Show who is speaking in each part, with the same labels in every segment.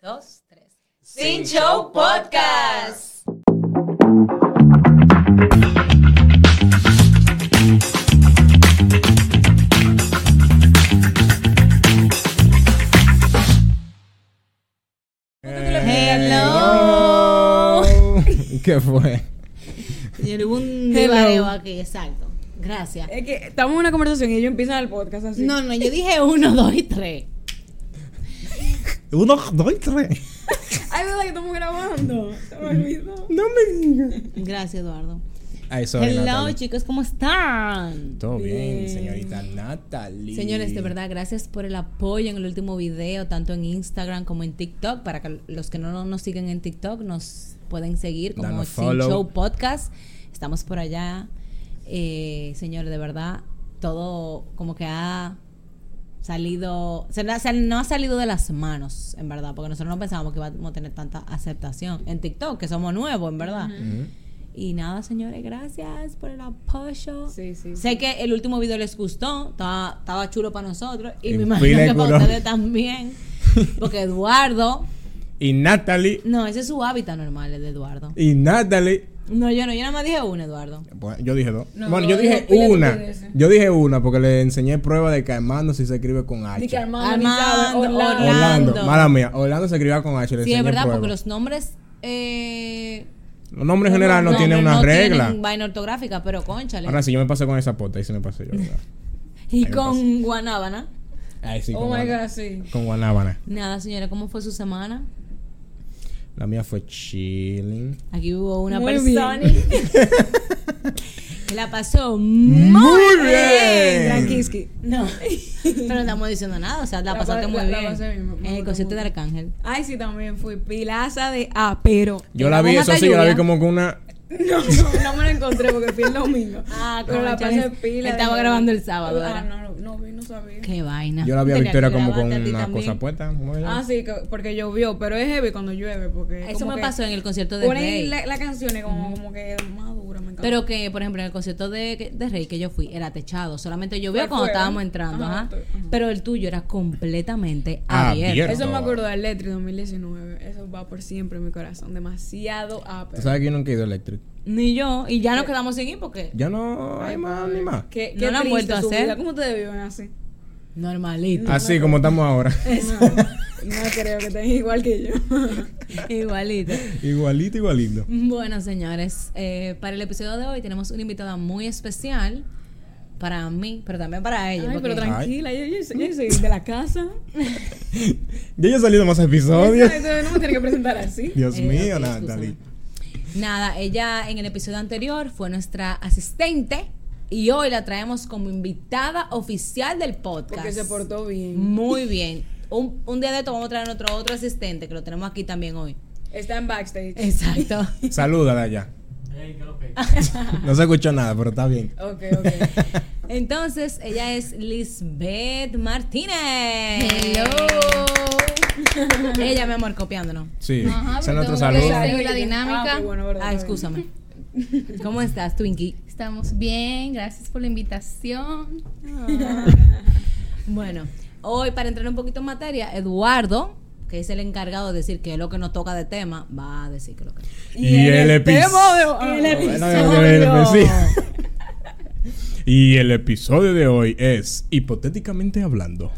Speaker 1: dos, tres.
Speaker 2: Sin Show Podcast.
Speaker 1: Hello.
Speaker 3: ¿Qué fue?
Speaker 4: Señor, hubo un
Speaker 2: Hello.
Speaker 4: divareo aquí, exacto. Gracias.
Speaker 2: Es que estamos en una conversación y ellos empiezan el podcast así.
Speaker 4: No, no, yo dije uno, dos y tres.
Speaker 3: Uno, dos, tres.
Speaker 2: Ay, verdad que estamos grabando. Se me olvidó.
Speaker 3: No me digas.
Speaker 4: Gracias, Eduardo.
Speaker 3: Ay, sorry,
Speaker 4: Hello,
Speaker 3: Natalie.
Speaker 4: chicos, ¿cómo están?
Speaker 3: Todo bien,
Speaker 2: Bien.
Speaker 3: señorita Natalie.
Speaker 1: Señores, de verdad, gracias por el apoyo en el último video, tanto en Instagram como en TikTok. Para que los que no nos siguen en TikTok nos pueden seguir como
Speaker 3: Danos
Speaker 1: Sin
Speaker 3: follow.
Speaker 1: Show Podcast. Estamos por allá. Eh, señores, de verdad, todo como que ha salido, se, na- se- no ha salido de las manos, en verdad, porque nosotros no pensábamos que íbamos a tener tanta aceptación en TikTok, que somos nuevos, en verdad.
Speaker 3: Ujú.
Speaker 1: Y nada, señores, gracias por el apoyo.
Speaker 2: Sí, sí.
Speaker 1: Sé que el último video les gustó, estaba, estaba chulo para nosotros y
Speaker 3: En
Speaker 1: me imagino
Speaker 3: pila de
Speaker 1: que para
Speaker 3: color.
Speaker 1: ustedes también. Porque Eduardo,
Speaker 3: Y Natalie.
Speaker 1: no, ese es su hábitat normal, el de Eduardo.
Speaker 3: Y Natalie.
Speaker 1: No, yo no, yo nada más dije uno, Eduardo.
Speaker 3: Bueno, yo dije dos.
Speaker 2: No,
Speaker 3: bueno, yo dije
Speaker 2: no, pila de
Speaker 3: una.
Speaker 2: estupideces.
Speaker 3: Yo dije una porque le enseñé prueba de que Armando sí se escribe con H.
Speaker 2: Di que Armando,
Speaker 1: Armando,
Speaker 2: ni sabe, Orlando.
Speaker 1: Orlando.
Speaker 3: Mala mía. Orlando se escribía con H. Le
Speaker 1: Sí, es
Speaker 3: enseñé
Speaker 1: verdad,
Speaker 3: prueba.
Speaker 1: porque los nombres... Eh,
Speaker 3: Los nombres en general no,
Speaker 1: los
Speaker 3: tienen
Speaker 1: nombres
Speaker 3: una
Speaker 1: no
Speaker 3: regla.
Speaker 1: tienen vaina ortográfica, pero conchale.
Speaker 3: Ahora sí, yo me pasé con esa pota. Ahí sí me pasé yo. ¿verdad?
Speaker 1: y
Speaker 3: ahí me
Speaker 1: con Guanábana.
Speaker 3: Ahí sí.
Speaker 2: Oh
Speaker 3: con
Speaker 2: my
Speaker 3: guana-
Speaker 2: god, sí.
Speaker 3: Con Guanábana.
Speaker 1: Nada, señores, ¿cómo fue su semana?
Speaker 3: La mía fue chilling.
Speaker 1: Aquí hubo una
Speaker 2: Muy
Speaker 1: persona
Speaker 2: bien.
Speaker 1: que la pasó muy
Speaker 3: bien.
Speaker 2: Tranquiski.
Speaker 1: No, pero no estamos diciendo nada, o sea, la,
Speaker 2: La
Speaker 1: pasaste
Speaker 2: pa-
Speaker 1: muy
Speaker 2: la- la
Speaker 1: bien.
Speaker 2: pasé bien, me- me
Speaker 1: en el
Speaker 2: gustó
Speaker 1: concierto de
Speaker 2: mucho.
Speaker 1: Arcángel.
Speaker 2: Ay, sí, también fui pilaza de apero.
Speaker 3: Yo la vi,
Speaker 1: Vamos
Speaker 3: eso
Speaker 1: hasta
Speaker 3: sí, yo la vi
Speaker 1: lluvia.
Speaker 3: como con una.
Speaker 2: No, no, no me la encontré porque fui el domingo.
Speaker 1: Ah,
Speaker 2: pero la
Speaker 1: concha,
Speaker 2: pasé
Speaker 1: es-
Speaker 2: pila.
Speaker 1: estaba
Speaker 2: de-
Speaker 1: grabando el sábado,
Speaker 2: Ah,
Speaker 1: ahora.
Speaker 2: no, no, no vi, no sabía.
Speaker 1: Qué vaina.
Speaker 3: Yo la vi a
Speaker 1: Tenía
Speaker 3: Victoria
Speaker 1: que
Speaker 3: como con
Speaker 1: grabarte a ti
Speaker 3: una
Speaker 1: también.
Speaker 3: cosa puesta. ¿cómo era?
Speaker 2: Ah, sí, que- porque llovió, pero es heavy cuando llueve. porque
Speaker 1: Eso
Speaker 2: como
Speaker 1: me
Speaker 2: que
Speaker 1: pasó en el concierto de Rey.
Speaker 2: Ponen la, la canción y como, como que más dura, me encanta.
Speaker 1: Pero que, por ejemplo, en el concierto de, de Rey que yo fui, era techado. Solamente llovía
Speaker 2: Fue
Speaker 1: cuando
Speaker 2: fuera.
Speaker 1: estábamos entrando.
Speaker 2: Ajá,
Speaker 1: ajá.
Speaker 2: estoy- ajá.
Speaker 1: Pero el tuyo era completamente
Speaker 3: Abierto.
Speaker 1: abierto.
Speaker 2: Eso me acuerdo E de Electric 2019. Eso va por siempre en mi corazón. Demasiado
Speaker 3: Tú
Speaker 2: apero.
Speaker 3: sabes que yo nunca he ido a Electric.
Speaker 1: Ni yo. Y ya nos quedamos sin ir porque.
Speaker 3: Ya no hay más ni más.
Speaker 2: ¿Qué,
Speaker 1: No
Speaker 2: qué
Speaker 1: lo han
Speaker 2: triste
Speaker 1: vuelto a
Speaker 2: su
Speaker 1: hacer.
Speaker 2: vida. ¿Cómo ustedes viven así?
Speaker 1: Normalito.
Speaker 3: Así como estamos ahora.
Speaker 2: No, no creo que estén igual que yo.
Speaker 1: Igualito.
Speaker 3: Igualito, igualito.
Speaker 1: Bueno, señores, eh, para el episodio de hoy tenemos una invitada muy especial para mí, pero también para ella.
Speaker 2: Ay,
Speaker 1: porque-
Speaker 2: pero tranquila, yo, yo, yo soy de la casa.
Speaker 3: Ya ya he salido más episodios.
Speaker 2: Entonces, No me tiene que presentar así.
Speaker 3: Dios
Speaker 1: Eh,
Speaker 3: mío,
Speaker 1: ok,
Speaker 3: Natalie.
Speaker 1: Nada, ella en el episodio anterior fue nuestra asistente y hoy la traemos como invitada oficial del podcast.
Speaker 2: Porque se portó bien.
Speaker 1: Muy bien. Un, un día de esto vamos a traer a nuestro otro asistente que lo tenemos aquí también hoy.
Speaker 2: Está en backstage.
Speaker 1: Exacto.
Speaker 3: Salúdala ya. No se escuchó nada, pero está bien.
Speaker 2: Ok, ok.
Speaker 1: Entonces, ella es Lisbeth Martínez. Ella, mi amor, copiándonos.
Speaker 3: Sí,
Speaker 5: Ajá,
Speaker 3: ese es
Speaker 5: pero
Speaker 3: nuestro
Speaker 5: tengo que
Speaker 3: saludo.
Speaker 5: salir.
Speaker 2: Ay,
Speaker 5: la
Speaker 2: ya.
Speaker 5: dinámica.
Speaker 2: Ah, qué bueno, verdad.
Speaker 1: Ah, excúsame. ¿Cómo estás, Twinkie?
Speaker 5: Estamos bien, gracias por la invitación.
Speaker 1: Bueno, hoy para entrar un poquito en materia, Eduardo, que es el encargado de decir que es lo que nos toca de tema, va a decir que lo que.
Speaker 3: Y el
Speaker 2: episodio. Ah,
Speaker 3: episodio.
Speaker 2: El
Speaker 3: Bueno, el
Speaker 2: episodio.
Speaker 3: sí. pues, Y el episodio de hoy es Hipotéticamente hablando.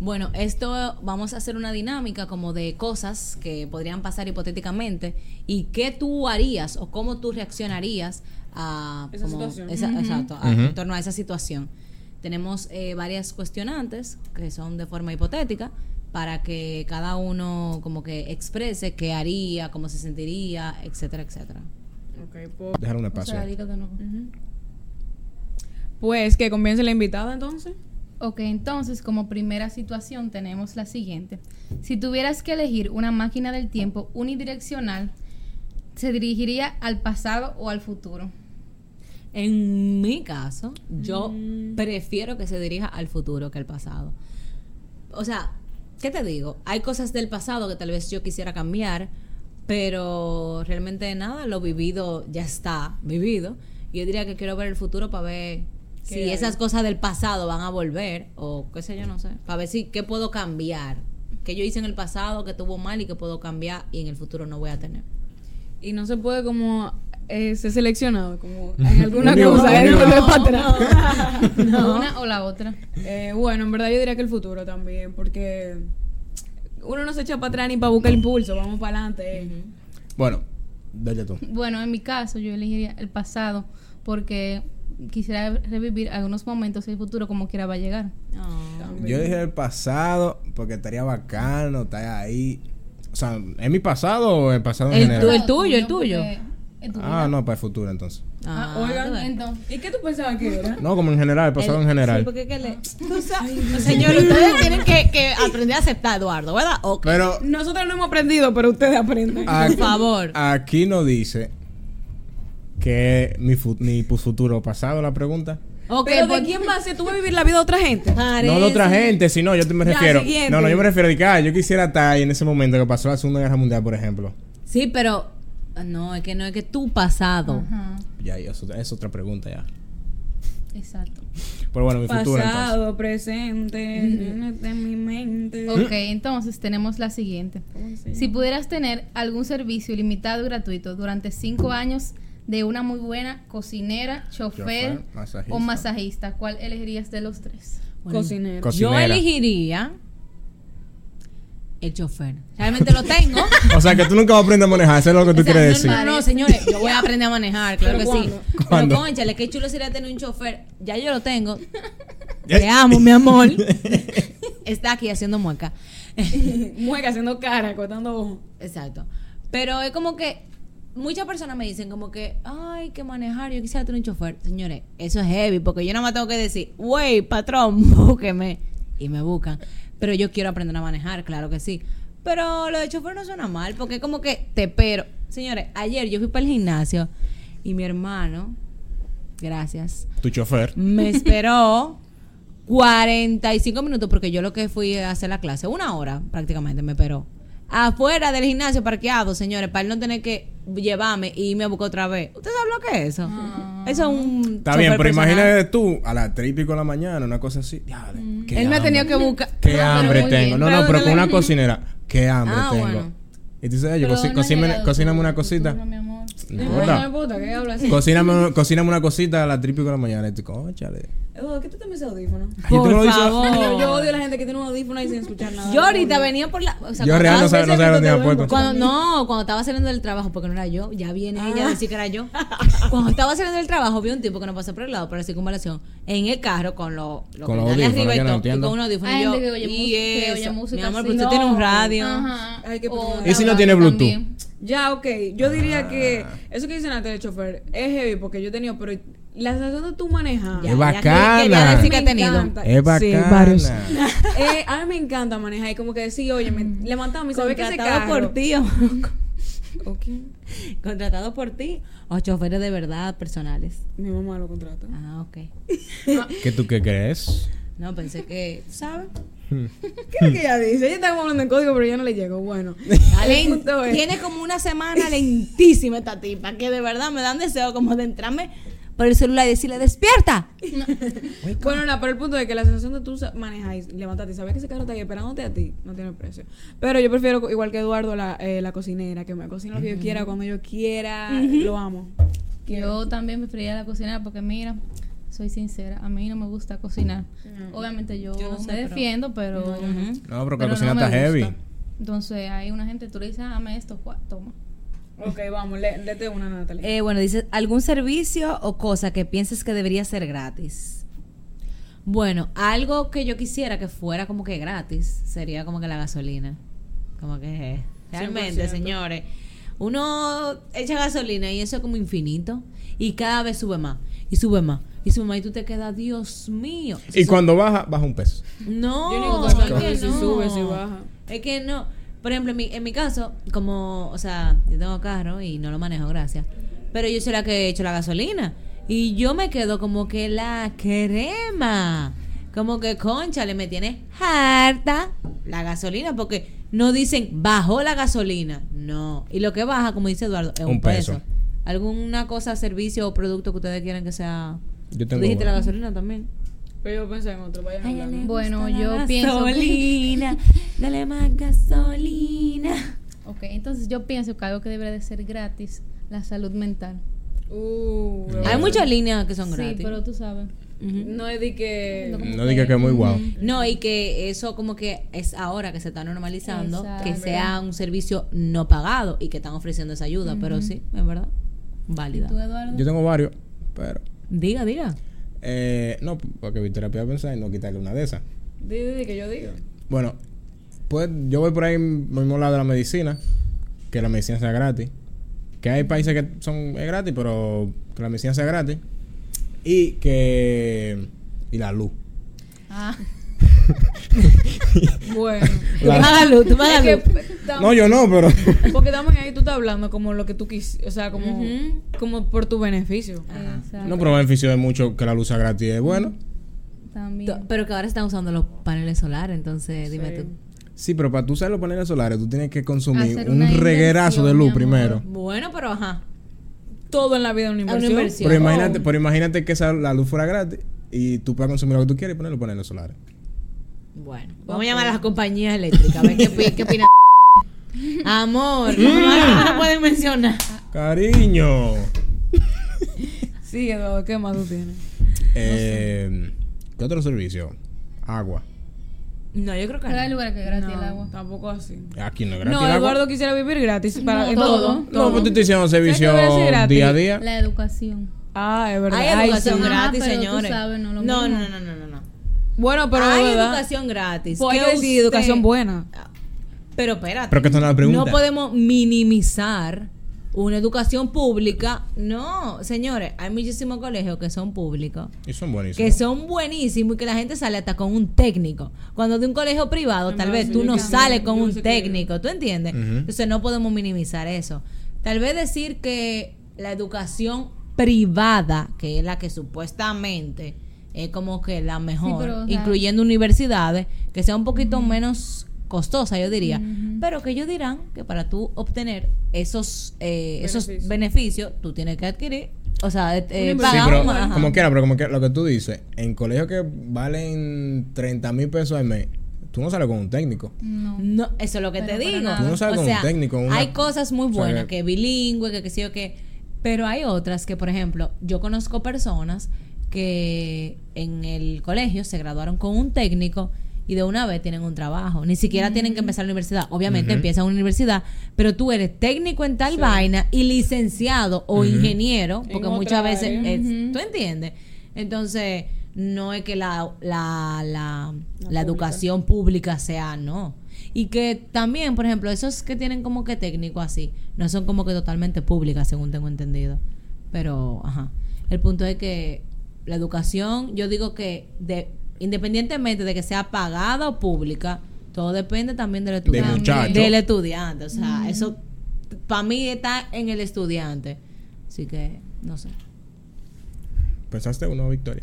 Speaker 1: Bueno, esto vamos a hacer una dinámica como de cosas que podrían pasar hipotéticamente y qué tú harías o cómo tú reaccionarías a
Speaker 2: Esa
Speaker 1: como
Speaker 2: situación.
Speaker 1: esa-
Speaker 2: Ujú.
Speaker 1: exacto, a-
Speaker 3: Ujú.
Speaker 1: en torno a esa situación. Tenemos eh, varias cuestionantes que son de forma hipotética para que cada uno como que exprese qué haría, cómo se sentiría, etcétera, etcétera.
Speaker 2: Ok, pues. po-
Speaker 3: Dejar un
Speaker 5: O
Speaker 3: espacio.
Speaker 5: sea, dilo de nuevo.
Speaker 2: Pues que comience la invitada entonces.
Speaker 5: Ok, entonces como primera situación tenemos la siguiente. Si tuvieras que elegir una máquina del tiempo unidireccional, ¿se dirigiría al pasado o al futuro?
Speaker 1: En mi caso, yo
Speaker 2: Mm.
Speaker 1: prefiero que se dirija al futuro que al pasado. O sea, ¿qué te digo? Hay cosas del pasado que tal vez yo quisiera cambiar, pero realmente nada, lo vivido ya está vivido. Yo diría que quiero ver el futuro para ver si
Speaker 2: ¿Qué hay?
Speaker 1: esas cosas del pasado van a volver o qué sé yo, no sé, para ver si qué puedo cambiar que yo hice en el pasado que tuvo mal y que puedo cambiar y en el futuro no voy a tener.
Speaker 2: Y no se puede como eh, ser seleccionado, como en alguna
Speaker 6: Unión,
Speaker 2: cosa, eh,
Speaker 6: unión.
Speaker 2: volver para atrás.
Speaker 5: Una o la otra.
Speaker 2: Eh, bueno, en verdad yo diría que el futuro también, porque uno no se echa para atrás ni para buscar impulso, vamos para adelante. eh.
Speaker 6: Bueno, dale tú.
Speaker 5: Bueno, en mi caso yo elegiría el pasado porque quisiera revivir algunos momentos y el futuro como quiera va a llegar.
Speaker 2: Oh. También.
Speaker 3: Yo dije el pasado porque estaría bacano estar ahí. O sea, ¿es mi pasado o el pasado en
Speaker 1: El
Speaker 3: general?
Speaker 1: tu- el tuyo, el tuyo.
Speaker 5: porque es tu
Speaker 3: Ah,
Speaker 5: vida.
Speaker 3: no, para el futuro entonces.
Speaker 5: Ah,
Speaker 1: Ah,
Speaker 5: oigan,
Speaker 1: tú ves.
Speaker 5: entonces.
Speaker 2: ¿Y qué tú pensabas que era?
Speaker 3: No, como en general, el pasado
Speaker 1: El-
Speaker 3: en
Speaker 1: sí,
Speaker 3: general.
Speaker 1: porque es que le- tú sabes- señores, ustedes tienen que, que aprender a aceptar a Eduardo, ¿verdad? O-
Speaker 3: Pero
Speaker 2: Nosotros no hemos aprendido, pero ustedes aprenden.
Speaker 3: aquí,
Speaker 1: favor.
Speaker 3: aquí no dice que mi, fu- mi pu- futuro pasado, la pregunta.
Speaker 1: ok,
Speaker 2: pero ¿de
Speaker 1: pues,
Speaker 2: quién va a ser tú vas a vivir la vida de otra gente?
Speaker 3: No
Speaker 1: parece-
Speaker 3: de otra gente, sino yo te me
Speaker 2: Ya,
Speaker 3: refiero.
Speaker 2: siguiente.
Speaker 3: No, no, yo me refiero de que ah, yo quisiera estar ahí en ese momento que pasó la Segunda Guerra Mundial, por ejemplo.
Speaker 1: Sí, pero no, es que no es que tu pasado.
Speaker 5: Ajá,
Speaker 3: Ya, ya, eso es otra pregunta ya.
Speaker 5: exacto.
Speaker 3: Pero bueno, mi futuro entonces.
Speaker 2: Pasado, presente, en mi mente.
Speaker 5: Ok,
Speaker 3: ¿Eh?
Speaker 5: entonces tenemos la siguiente.
Speaker 2: ¿Cómo se
Speaker 5: Si
Speaker 2: llama?
Speaker 5: pudieras tener algún servicio ilimitado y gratuito durante cinco años de una muy buena cocinera, chofer,
Speaker 3: Chofer, masajista.
Speaker 5: o masajista, ¿cuál elegirías de los tres?
Speaker 1: Bueno,
Speaker 2: Cocinero.
Speaker 3: Cos-
Speaker 1: yo
Speaker 3: Cocinera.
Speaker 1: elegiría el chofer. Realmente lo tengo.
Speaker 3: O sea, que tú nunca vas a aprender a manejar, eso es lo que tú
Speaker 1: O sea,
Speaker 3: quieres
Speaker 1: no,
Speaker 3: decir.
Speaker 1: no, no, señores, yo voy a aprender a manejar, claro que
Speaker 2: ¿Pero
Speaker 1: sí.
Speaker 2: cuándo?
Speaker 1: Pero
Speaker 3: ¿Cuándo?
Speaker 1: conchale, qué chulo sería tener un chofer. Ya yo lo tengo.
Speaker 3: Ya-
Speaker 1: Te amo, mi amor. Está aquí haciendo mueca.
Speaker 2: Mueca haciendo cara, cortando ojos.
Speaker 1: Exacto. Pero es como que muchas personas me dicen como que, ay, que manejar, yo quisiera tener un chofer. Señores, eso es heavy, porque yo nada más tengo que decir, wey, patrón, búsqueme. Y me buscan. Pero yo quiero aprender a manejar, claro que sí. Pero lo de chofer no suena mal, porque es como que te pero. Señores, ayer yo fui para el gimnasio y mi hermano, gracias,
Speaker 3: Tu chofer.
Speaker 1: me esperó 45 minutos porque yo lo que fui a hacer la clase, una hora prácticamente me esperó. Afuera del gimnasio parqueado, señores, para él no tener que llevarme y irme a buscar otra vez. ¿Usted sabe lo que es eso? Eso es un.
Speaker 3: Está
Speaker 1: chofer
Speaker 3: bien, pero
Speaker 1: personal.
Speaker 3: imagínate tú a las 3 y pico de la mañana, una cosa así. Diablo, qué
Speaker 1: Él me ha
Speaker 3: hambre.
Speaker 1: tenido que buscar.
Speaker 3: Qué
Speaker 5: pero
Speaker 3: hambre
Speaker 5: muy
Speaker 3: tengo.
Speaker 5: bien.
Speaker 3: No, no, pero con una cocinera. Qué hambre
Speaker 1: Ah,
Speaker 3: tengo.
Speaker 1: bueno.
Speaker 3: Y tú dices, oye,
Speaker 5: Pero
Speaker 3: cocí-
Speaker 5: no
Speaker 3: cocíname-
Speaker 5: he llegado
Speaker 3: cocíname
Speaker 5: tu-
Speaker 3: una
Speaker 5: tu
Speaker 3: cosita.
Speaker 5: turno, mi amor.
Speaker 3: No
Speaker 2: Ay,
Speaker 3: importa.
Speaker 2: no, puta, que habla así.
Speaker 3: Cocíname, cocíname una cosita a las 3 y pico de la mañana. Y tú, cónchale.
Speaker 2: Eduardo, Oh, ¿Qué tú te metes audífono?
Speaker 3: Ay, yo
Speaker 1: Por
Speaker 3: tengo los
Speaker 1: favor.
Speaker 3: audífonos-
Speaker 2: Yo, yo odio a la gente que tiene un audífono ahí sin escuchar nada.
Speaker 1: Yo ahorita venía por la. o sea,
Speaker 3: Yo
Speaker 1: cuando
Speaker 3: real no
Speaker 1: estaba-
Speaker 3: sabía no sabe dónde iba a poder
Speaker 1: Cuando no, cuando estaba saliendo del trabajo, porque no era yo, ya viene
Speaker 5: Ah.
Speaker 1: ella a decir que era yo. Cuando estaba saliendo del trabajo, vi un tipo que nos pasó por el lado, por la circunvalación, en el carro con los lo
Speaker 3: Con los
Speaker 1: pedales
Speaker 3: audífonos, yo no
Speaker 1: y, todo, y
Speaker 3: entiendo.
Speaker 1: con un audífono.
Speaker 5: Hay
Speaker 1: y yo,
Speaker 5: gente que oye
Speaker 1: y
Speaker 5: música, que oye
Speaker 1: eso, mi
Speaker 5: música
Speaker 1: amor,
Speaker 5: así.
Speaker 1: pero usted tiene un
Speaker 2: No.
Speaker 1: radio.
Speaker 5: Ajá.
Speaker 2: Ay, qué
Speaker 5: O
Speaker 2: personalidad.
Speaker 3: ¿Y si no
Speaker 5: hablando
Speaker 3: tiene Bluetooth?
Speaker 5: también.
Speaker 2: Ya, ok. Yo diría que eso que dicen antes del chofer es heavy porque yo he tenido, pero la sensación de tú manejar.
Speaker 3: Es
Speaker 1: Ya, ya
Speaker 3: bacana.
Speaker 1: Quería decir que ha
Speaker 2: Me
Speaker 1: tenido.
Speaker 2: encanta.
Speaker 3: Es bacana.
Speaker 2: Eh, a mí me encanta manejar y como que decir, oye, me levantaba y sabes Mm. que ese
Speaker 1: Contratado
Speaker 2: carro.
Speaker 1: por ti. o-
Speaker 2: ¿O quién?
Speaker 1: Contratado por ti o choferes de verdad personales.
Speaker 2: Mi mamá lo contrata.
Speaker 1: Ah, ok.
Speaker 3: ¿Qué tú qué crees?
Speaker 1: No, pensé que, ¿sabes?
Speaker 2: ¿Qué es lo que ella dice? Ella está como hablando en código, pero yo no le llego. Bueno. El
Speaker 1: Len-
Speaker 2: punto es-
Speaker 1: tiene como una semana lentísima esta tipa, que de verdad me dan deseo como de entrarme por el celular y decirle, despierta.
Speaker 2: Bueno, no, pero el punto es que la sensación de tú sa- manejar y levantarte y saber que ese carro está ahí esperándote a ti no tiene precio. Pero yo prefiero, co- igual que Eduardo, la, eh, la cocinera, que me cocina lo que yo quiera, cuando yo quiera. Lo amo.
Speaker 5: Yo también me prefería la cocinera porque mira, soy sincera, a mí no me gusta cocinar. Obviamente yo,
Speaker 1: Yo no sé,
Speaker 5: me
Speaker 1: pero-
Speaker 5: defiendo, pero
Speaker 3: No, pero que
Speaker 5: pero
Speaker 3: la cocina
Speaker 5: no me
Speaker 3: está
Speaker 5: gusta.
Speaker 3: heavy.
Speaker 5: Entonces hay una gente, tú le dices, "Ah, dame esto, Juan, toma.
Speaker 2: Ok, vamos, lé- léete una, Natalia.
Speaker 1: Eh, bueno, dice, ¿algún servicio o cosa que pienses que debería ser gratis? Bueno, algo que yo quisiera que fuera como que gratis sería como que la gasolina. Como que eh, realmente,
Speaker 2: 100%.
Speaker 1: señores, uno echa gasolina y eso es como infinito y cada vez sube más y sube más y sube más y tú te quedas, Dios mío.
Speaker 3: Y cuando baja, baja un peso.
Speaker 1: No,
Speaker 2: Yo no
Speaker 1: es
Speaker 2: entiendo
Speaker 1: que
Speaker 2: si
Speaker 1: no.
Speaker 2: sube, si baja.
Speaker 1: Es que no. Por ejemplo, en mi, en mi caso, como, o sea, yo tengo carro y no lo manejo, gracias. Pero yo soy la que he hecho la gasolina. Y yo me quedo como que la crema. Como que, conchale, me tiene harta la gasolina. Porque no dicen, bajó la gasolina. No. Y lo que baja, como dice Eduardo, es un,
Speaker 3: Un
Speaker 1: peso.
Speaker 3: peso.
Speaker 1: ¿Alguna cosa, servicio o producto que ustedes quieran que sea...
Speaker 3: Yo tengo
Speaker 1: Dijiste la
Speaker 3: uno.
Speaker 1: gasolina también.
Speaker 2: Pero yo pensé en otro, vayan a hablar.
Speaker 5: Bueno, yo pienso.
Speaker 1: Gasolina, dale más gasolina.
Speaker 5: Ok, entonces yo pienso que algo que debería de ser gratis, la salud mental.
Speaker 2: Uh,
Speaker 3: Hay
Speaker 1: Hay
Speaker 2: bueno.
Speaker 1: muchas líneas que son gratis.
Speaker 5: Sí, pero tú sabes.
Speaker 1: Ujú.
Speaker 2: No es de que.
Speaker 5: como
Speaker 3: No diga que es muy guau.
Speaker 1: No, y que eso como que es ahora que se está normalizando,
Speaker 5: Exacto.
Speaker 1: que sea un servicio no pagado y que están ofreciendo esa ayuda, pero sí, es verdad, válida.
Speaker 5: ¿Tú, Eduardo?
Speaker 3: Yo tengo varios, pero.
Speaker 1: Diga, diga.
Speaker 3: eh, no, porque mi terapia pensar y no quitarle una de esas.
Speaker 2: Di, di, di, que yo digo.
Speaker 3: Bueno, pues yo voy por ahí mismo lado de la medicina, que la medicina sea gratis. Que hay países que son es gratis, pero que la medicina sea gratis. Y que. Y la luz.
Speaker 5: Ah,
Speaker 2: Bueno.
Speaker 1: Tú me hagas luz, tú me hagas
Speaker 2: Es
Speaker 1: luz.
Speaker 2: que, tam-
Speaker 3: No, yo no, pero.
Speaker 2: Porque también ahí tú estás hablando como lo que tú quisieras. O sea, como,
Speaker 1: Ujú.
Speaker 2: como por tu beneficio.
Speaker 5: exacto.
Speaker 3: no, pero el beneficio de mucho que la luz sea gratis es bueno.
Speaker 1: T-
Speaker 5: También.
Speaker 1: Pero que ahora están usando los paneles solares, entonces dime tú.
Speaker 3: Sí, pero para tú usar los paneles solares, tú tienes que consumir
Speaker 5: Hacer
Speaker 3: un
Speaker 5: una
Speaker 3: reguerazo
Speaker 5: inversión,
Speaker 3: de
Speaker 5: mi
Speaker 3: luz
Speaker 5: amor.
Speaker 3: primero.
Speaker 1: Bueno, pero ajá.
Speaker 2: Todo en la vida es una
Speaker 1: Una
Speaker 2: inversión.
Speaker 1: inversión.
Speaker 3: Pero imagínate, pero imagínate que esa, la luz fuera gratis y tú puedas consumir lo que tú quieres y poner los paneles solares.
Speaker 1: Bueno, vamos a llamar a las compañías eléctricas a ver qué, pi- qué opinan. Amor, no no la pueden mencionar.
Speaker 3: Cariño.
Speaker 2: Sí, Eduardo, ¿qué más tú tienes?
Speaker 3: Eh, ¿Qué otro servicio? Agua.
Speaker 1: No, yo creo que
Speaker 5: Pero hay
Speaker 1: no.
Speaker 5: lugares que es gratis el
Speaker 2: No,
Speaker 5: agua.
Speaker 2: Tampoco así.
Speaker 3: Aquí no es gratis.
Speaker 2: No,
Speaker 3: el agua.
Speaker 2: Eduardo quisiera vivir gratis para
Speaker 5: No,
Speaker 2: en
Speaker 5: todo.
Speaker 2: todo.
Speaker 3: No, pues te estoy diciendo
Speaker 2: ¿Sabes qué
Speaker 3: servicio
Speaker 2: debería ser gratis?
Speaker 3: día a día.
Speaker 5: La educación.
Speaker 2: Ah, es verdad.
Speaker 1: Hay
Speaker 2: Ay,
Speaker 1: educación
Speaker 2: sí.
Speaker 5: Ajá,
Speaker 1: gratis,
Speaker 5: pero tú
Speaker 1: señores.
Speaker 5: sabes, no lo
Speaker 1: no,
Speaker 5: mismo.
Speaker 1: no, no, no, no, no.
Speaker 2: Bueno, pero
Speaker 1: hay
Speaker 2: ¿verdad?
Speaker 1: educación gratis.
Speaker 2: Pues hay
Speaker 1: ¿Qué
Speaker 2: que decir
Speaker 1: usted-
Speaker 2: educación buena.
Speaker 1: Pero espérate.
Speaker 3: Pero que esto no es la pregunta.
Speaker 1: No podemos minimizar una educación pública. No, señores, hay muchísimos colegios que son públicos,
Speaker 3: Y son
Speaker 1: que
Speaker 3: buenísimos.
Speaker 1: son buenísimos y que la gente sale hasta con un técnico. Cuando de un colegio privado, tal
Speaker 2: Además,
Speaker 1: vez
Speaker 2: yo
Speaker 1: tú no
Speaker 2: también,
Speaker 1: sales con
Speaker 2: yo
Speaker 1: un
Speaker 2: sé que-
Speaker 1: técnico, ¿tú entiendes?
Speaker 3: Ujú.
Speaker 1: Entonces no podemos minimizar eso. Tal vez decir que la educación privada, que es la que supuestamente es como que la mejor,
Speaker 5: pero, o sea-
Speaker 1: incluyendo universidades, que sea un poquito menos costosa, yo diría, pero que ellos dirán que para tú obtener esos eh, esos
Speaker 2: Beneficios.
Speaker 1: beneficios, tú tienes que adquirir, o sea, eh, eh,
Speaker 3: Sí,
Speaker 1: pagar
Speaker 3: pero
Speaker 1: un- ajá.
Speaker 3: como quiera, pero como que lo que tú dices, en colegios que valen 30 mil pesos al mes, tú no sales con un técnico.
Speaker 5: No.
Speaker 1: No, eso es lo que
Speaker 5: Pero
Speaker 1: te
Speaker 5: para
Speaker 1: digo.
Speaker 5: nada. Tú
Speaker 3: no sabes
Speaker 1: o
Speaker 3: con un
Speaker 1: sea,
Speaker 3: técnico, una-
Speaker 1: hay cosas muy
Speaker 3: o sea,
Speaker 1: buenas,
Speaker 3: que-
Speaker 1: que bilingüe, que qué sé yo qué, pero hay otras que, por ejemplo, yo conozco personas que en el colegio se graduaron con un técnico y de una vez tienen un trabajo, ni siquiera tienen que empezar la universidad. Obviamente empiezan una universidad, pero tú eres técnico en tal vaina y licenciado o ingeniero,
Speaker 2: En
Speaker 1: porque
Speaker 2: otra
Speaker 1: muchas veces,
Speaker 2: área.
Speaker 1: es- ¿tú entiendes? Entonces, no es que la, la, la, la,
Speaker 2: pública.
Speaker 1: educación pública sea, no. Y que también, por ejemplo, esos que tienen como que técnico así, no son como que totalmente públicas, según tengo entendido. Pero, ajá. El punto es que la educación, yo digo que de, independientemente de que sea pagada o pública, todo depende también del estudiante.
Speaker 3: muchacho.
Speaker 1: Del estudiante. O sea, eso para mí está en el estudiante. Así que, no sé.
Speaker 3: Pensaste uno, Victoria.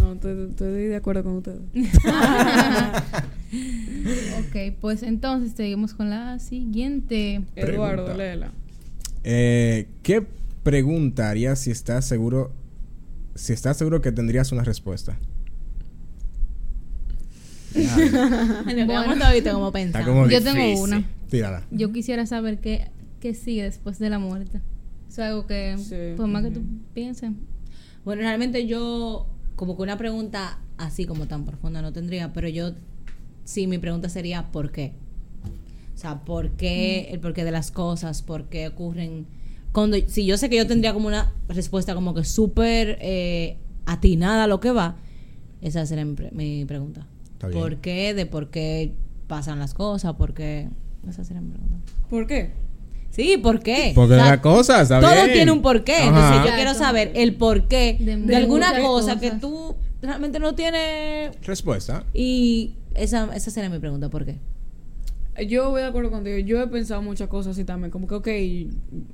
Speaker 2: No, estoy, estoy de acuerdo con ustedes.
Speaker 5: Ok, pues entonces seguimos con la siguiente.
Speaker 2: Eduardo,
Speaker 3: Pregunta.
Speaker 2: léela.
Speaker 3: Eh, ¿Qué preguntarías si estás seguro? Si estás seguro que tendrías una respuesta.
Speaker 1: Bueno,
Speaker 5: Bueno.
Speaker 1: ahorita como
Speaker 3: Está
Speaker 1: pensando.
Speaker 3: como
Speaker 5: Yo tengo
Speaker 3: difícil.
Speaker 5: una.
Speaker 3: Tírala.
Speaker 5: Yo quisiera saber qué, qué sigue después de la muerte. Eso es algo que,
Speaker 2: Sí.
Speaker 5: por más que tú pienses.
Speaker 1: Bueno, realmente yo, como que una pregunta así como tan profunda no tendría, pero yo, sí, mi pregunta sería ¿por qué? O sea, ¿por qué? El porqué de las cosas, ¿por qué ocurren? Cuando, si yo sé que yo tendría como una respuesta como que súper eh, atinada a lo que va, esa sería mi, pre- mi pregunta.
Speaker 3: Está bien.
Speaker 1: ¿Por qué? ¿De por qué pasan las cosas? ¿Por qué? Esa sería mi pregunta.
Speaker 2: ¿Por qué?
Speaker 1: Sí, ¿por qué?
Speaker 3: Porque
Speaker 1: Eh, O sea,
Speaker 3: la cosa, ¿está
Speaker 1: todo
Speaker 3: bien?
Speaker 1: tiene un porqué.
Speaker 3: Ajá.
Speaker 1: Entonces yo
Speaker 5: Exacto.
Speaker 1: quiero saber el porqué
Speaker 5: De
Speaker 1: de,
Speaker 5: muchas
Speaker 1: alguna cosa
Speaker 5: cosas.
Speaker 1: que tú realmente no tienes.
Speaker 3: Respuesta.
Speaker 1: Y esa, esa sería mi pregunta, ¿por qué?
Speaker 2: Yo voy de acuerdo contigo. Yo he pensado muchas cosas así también. Como que, ok,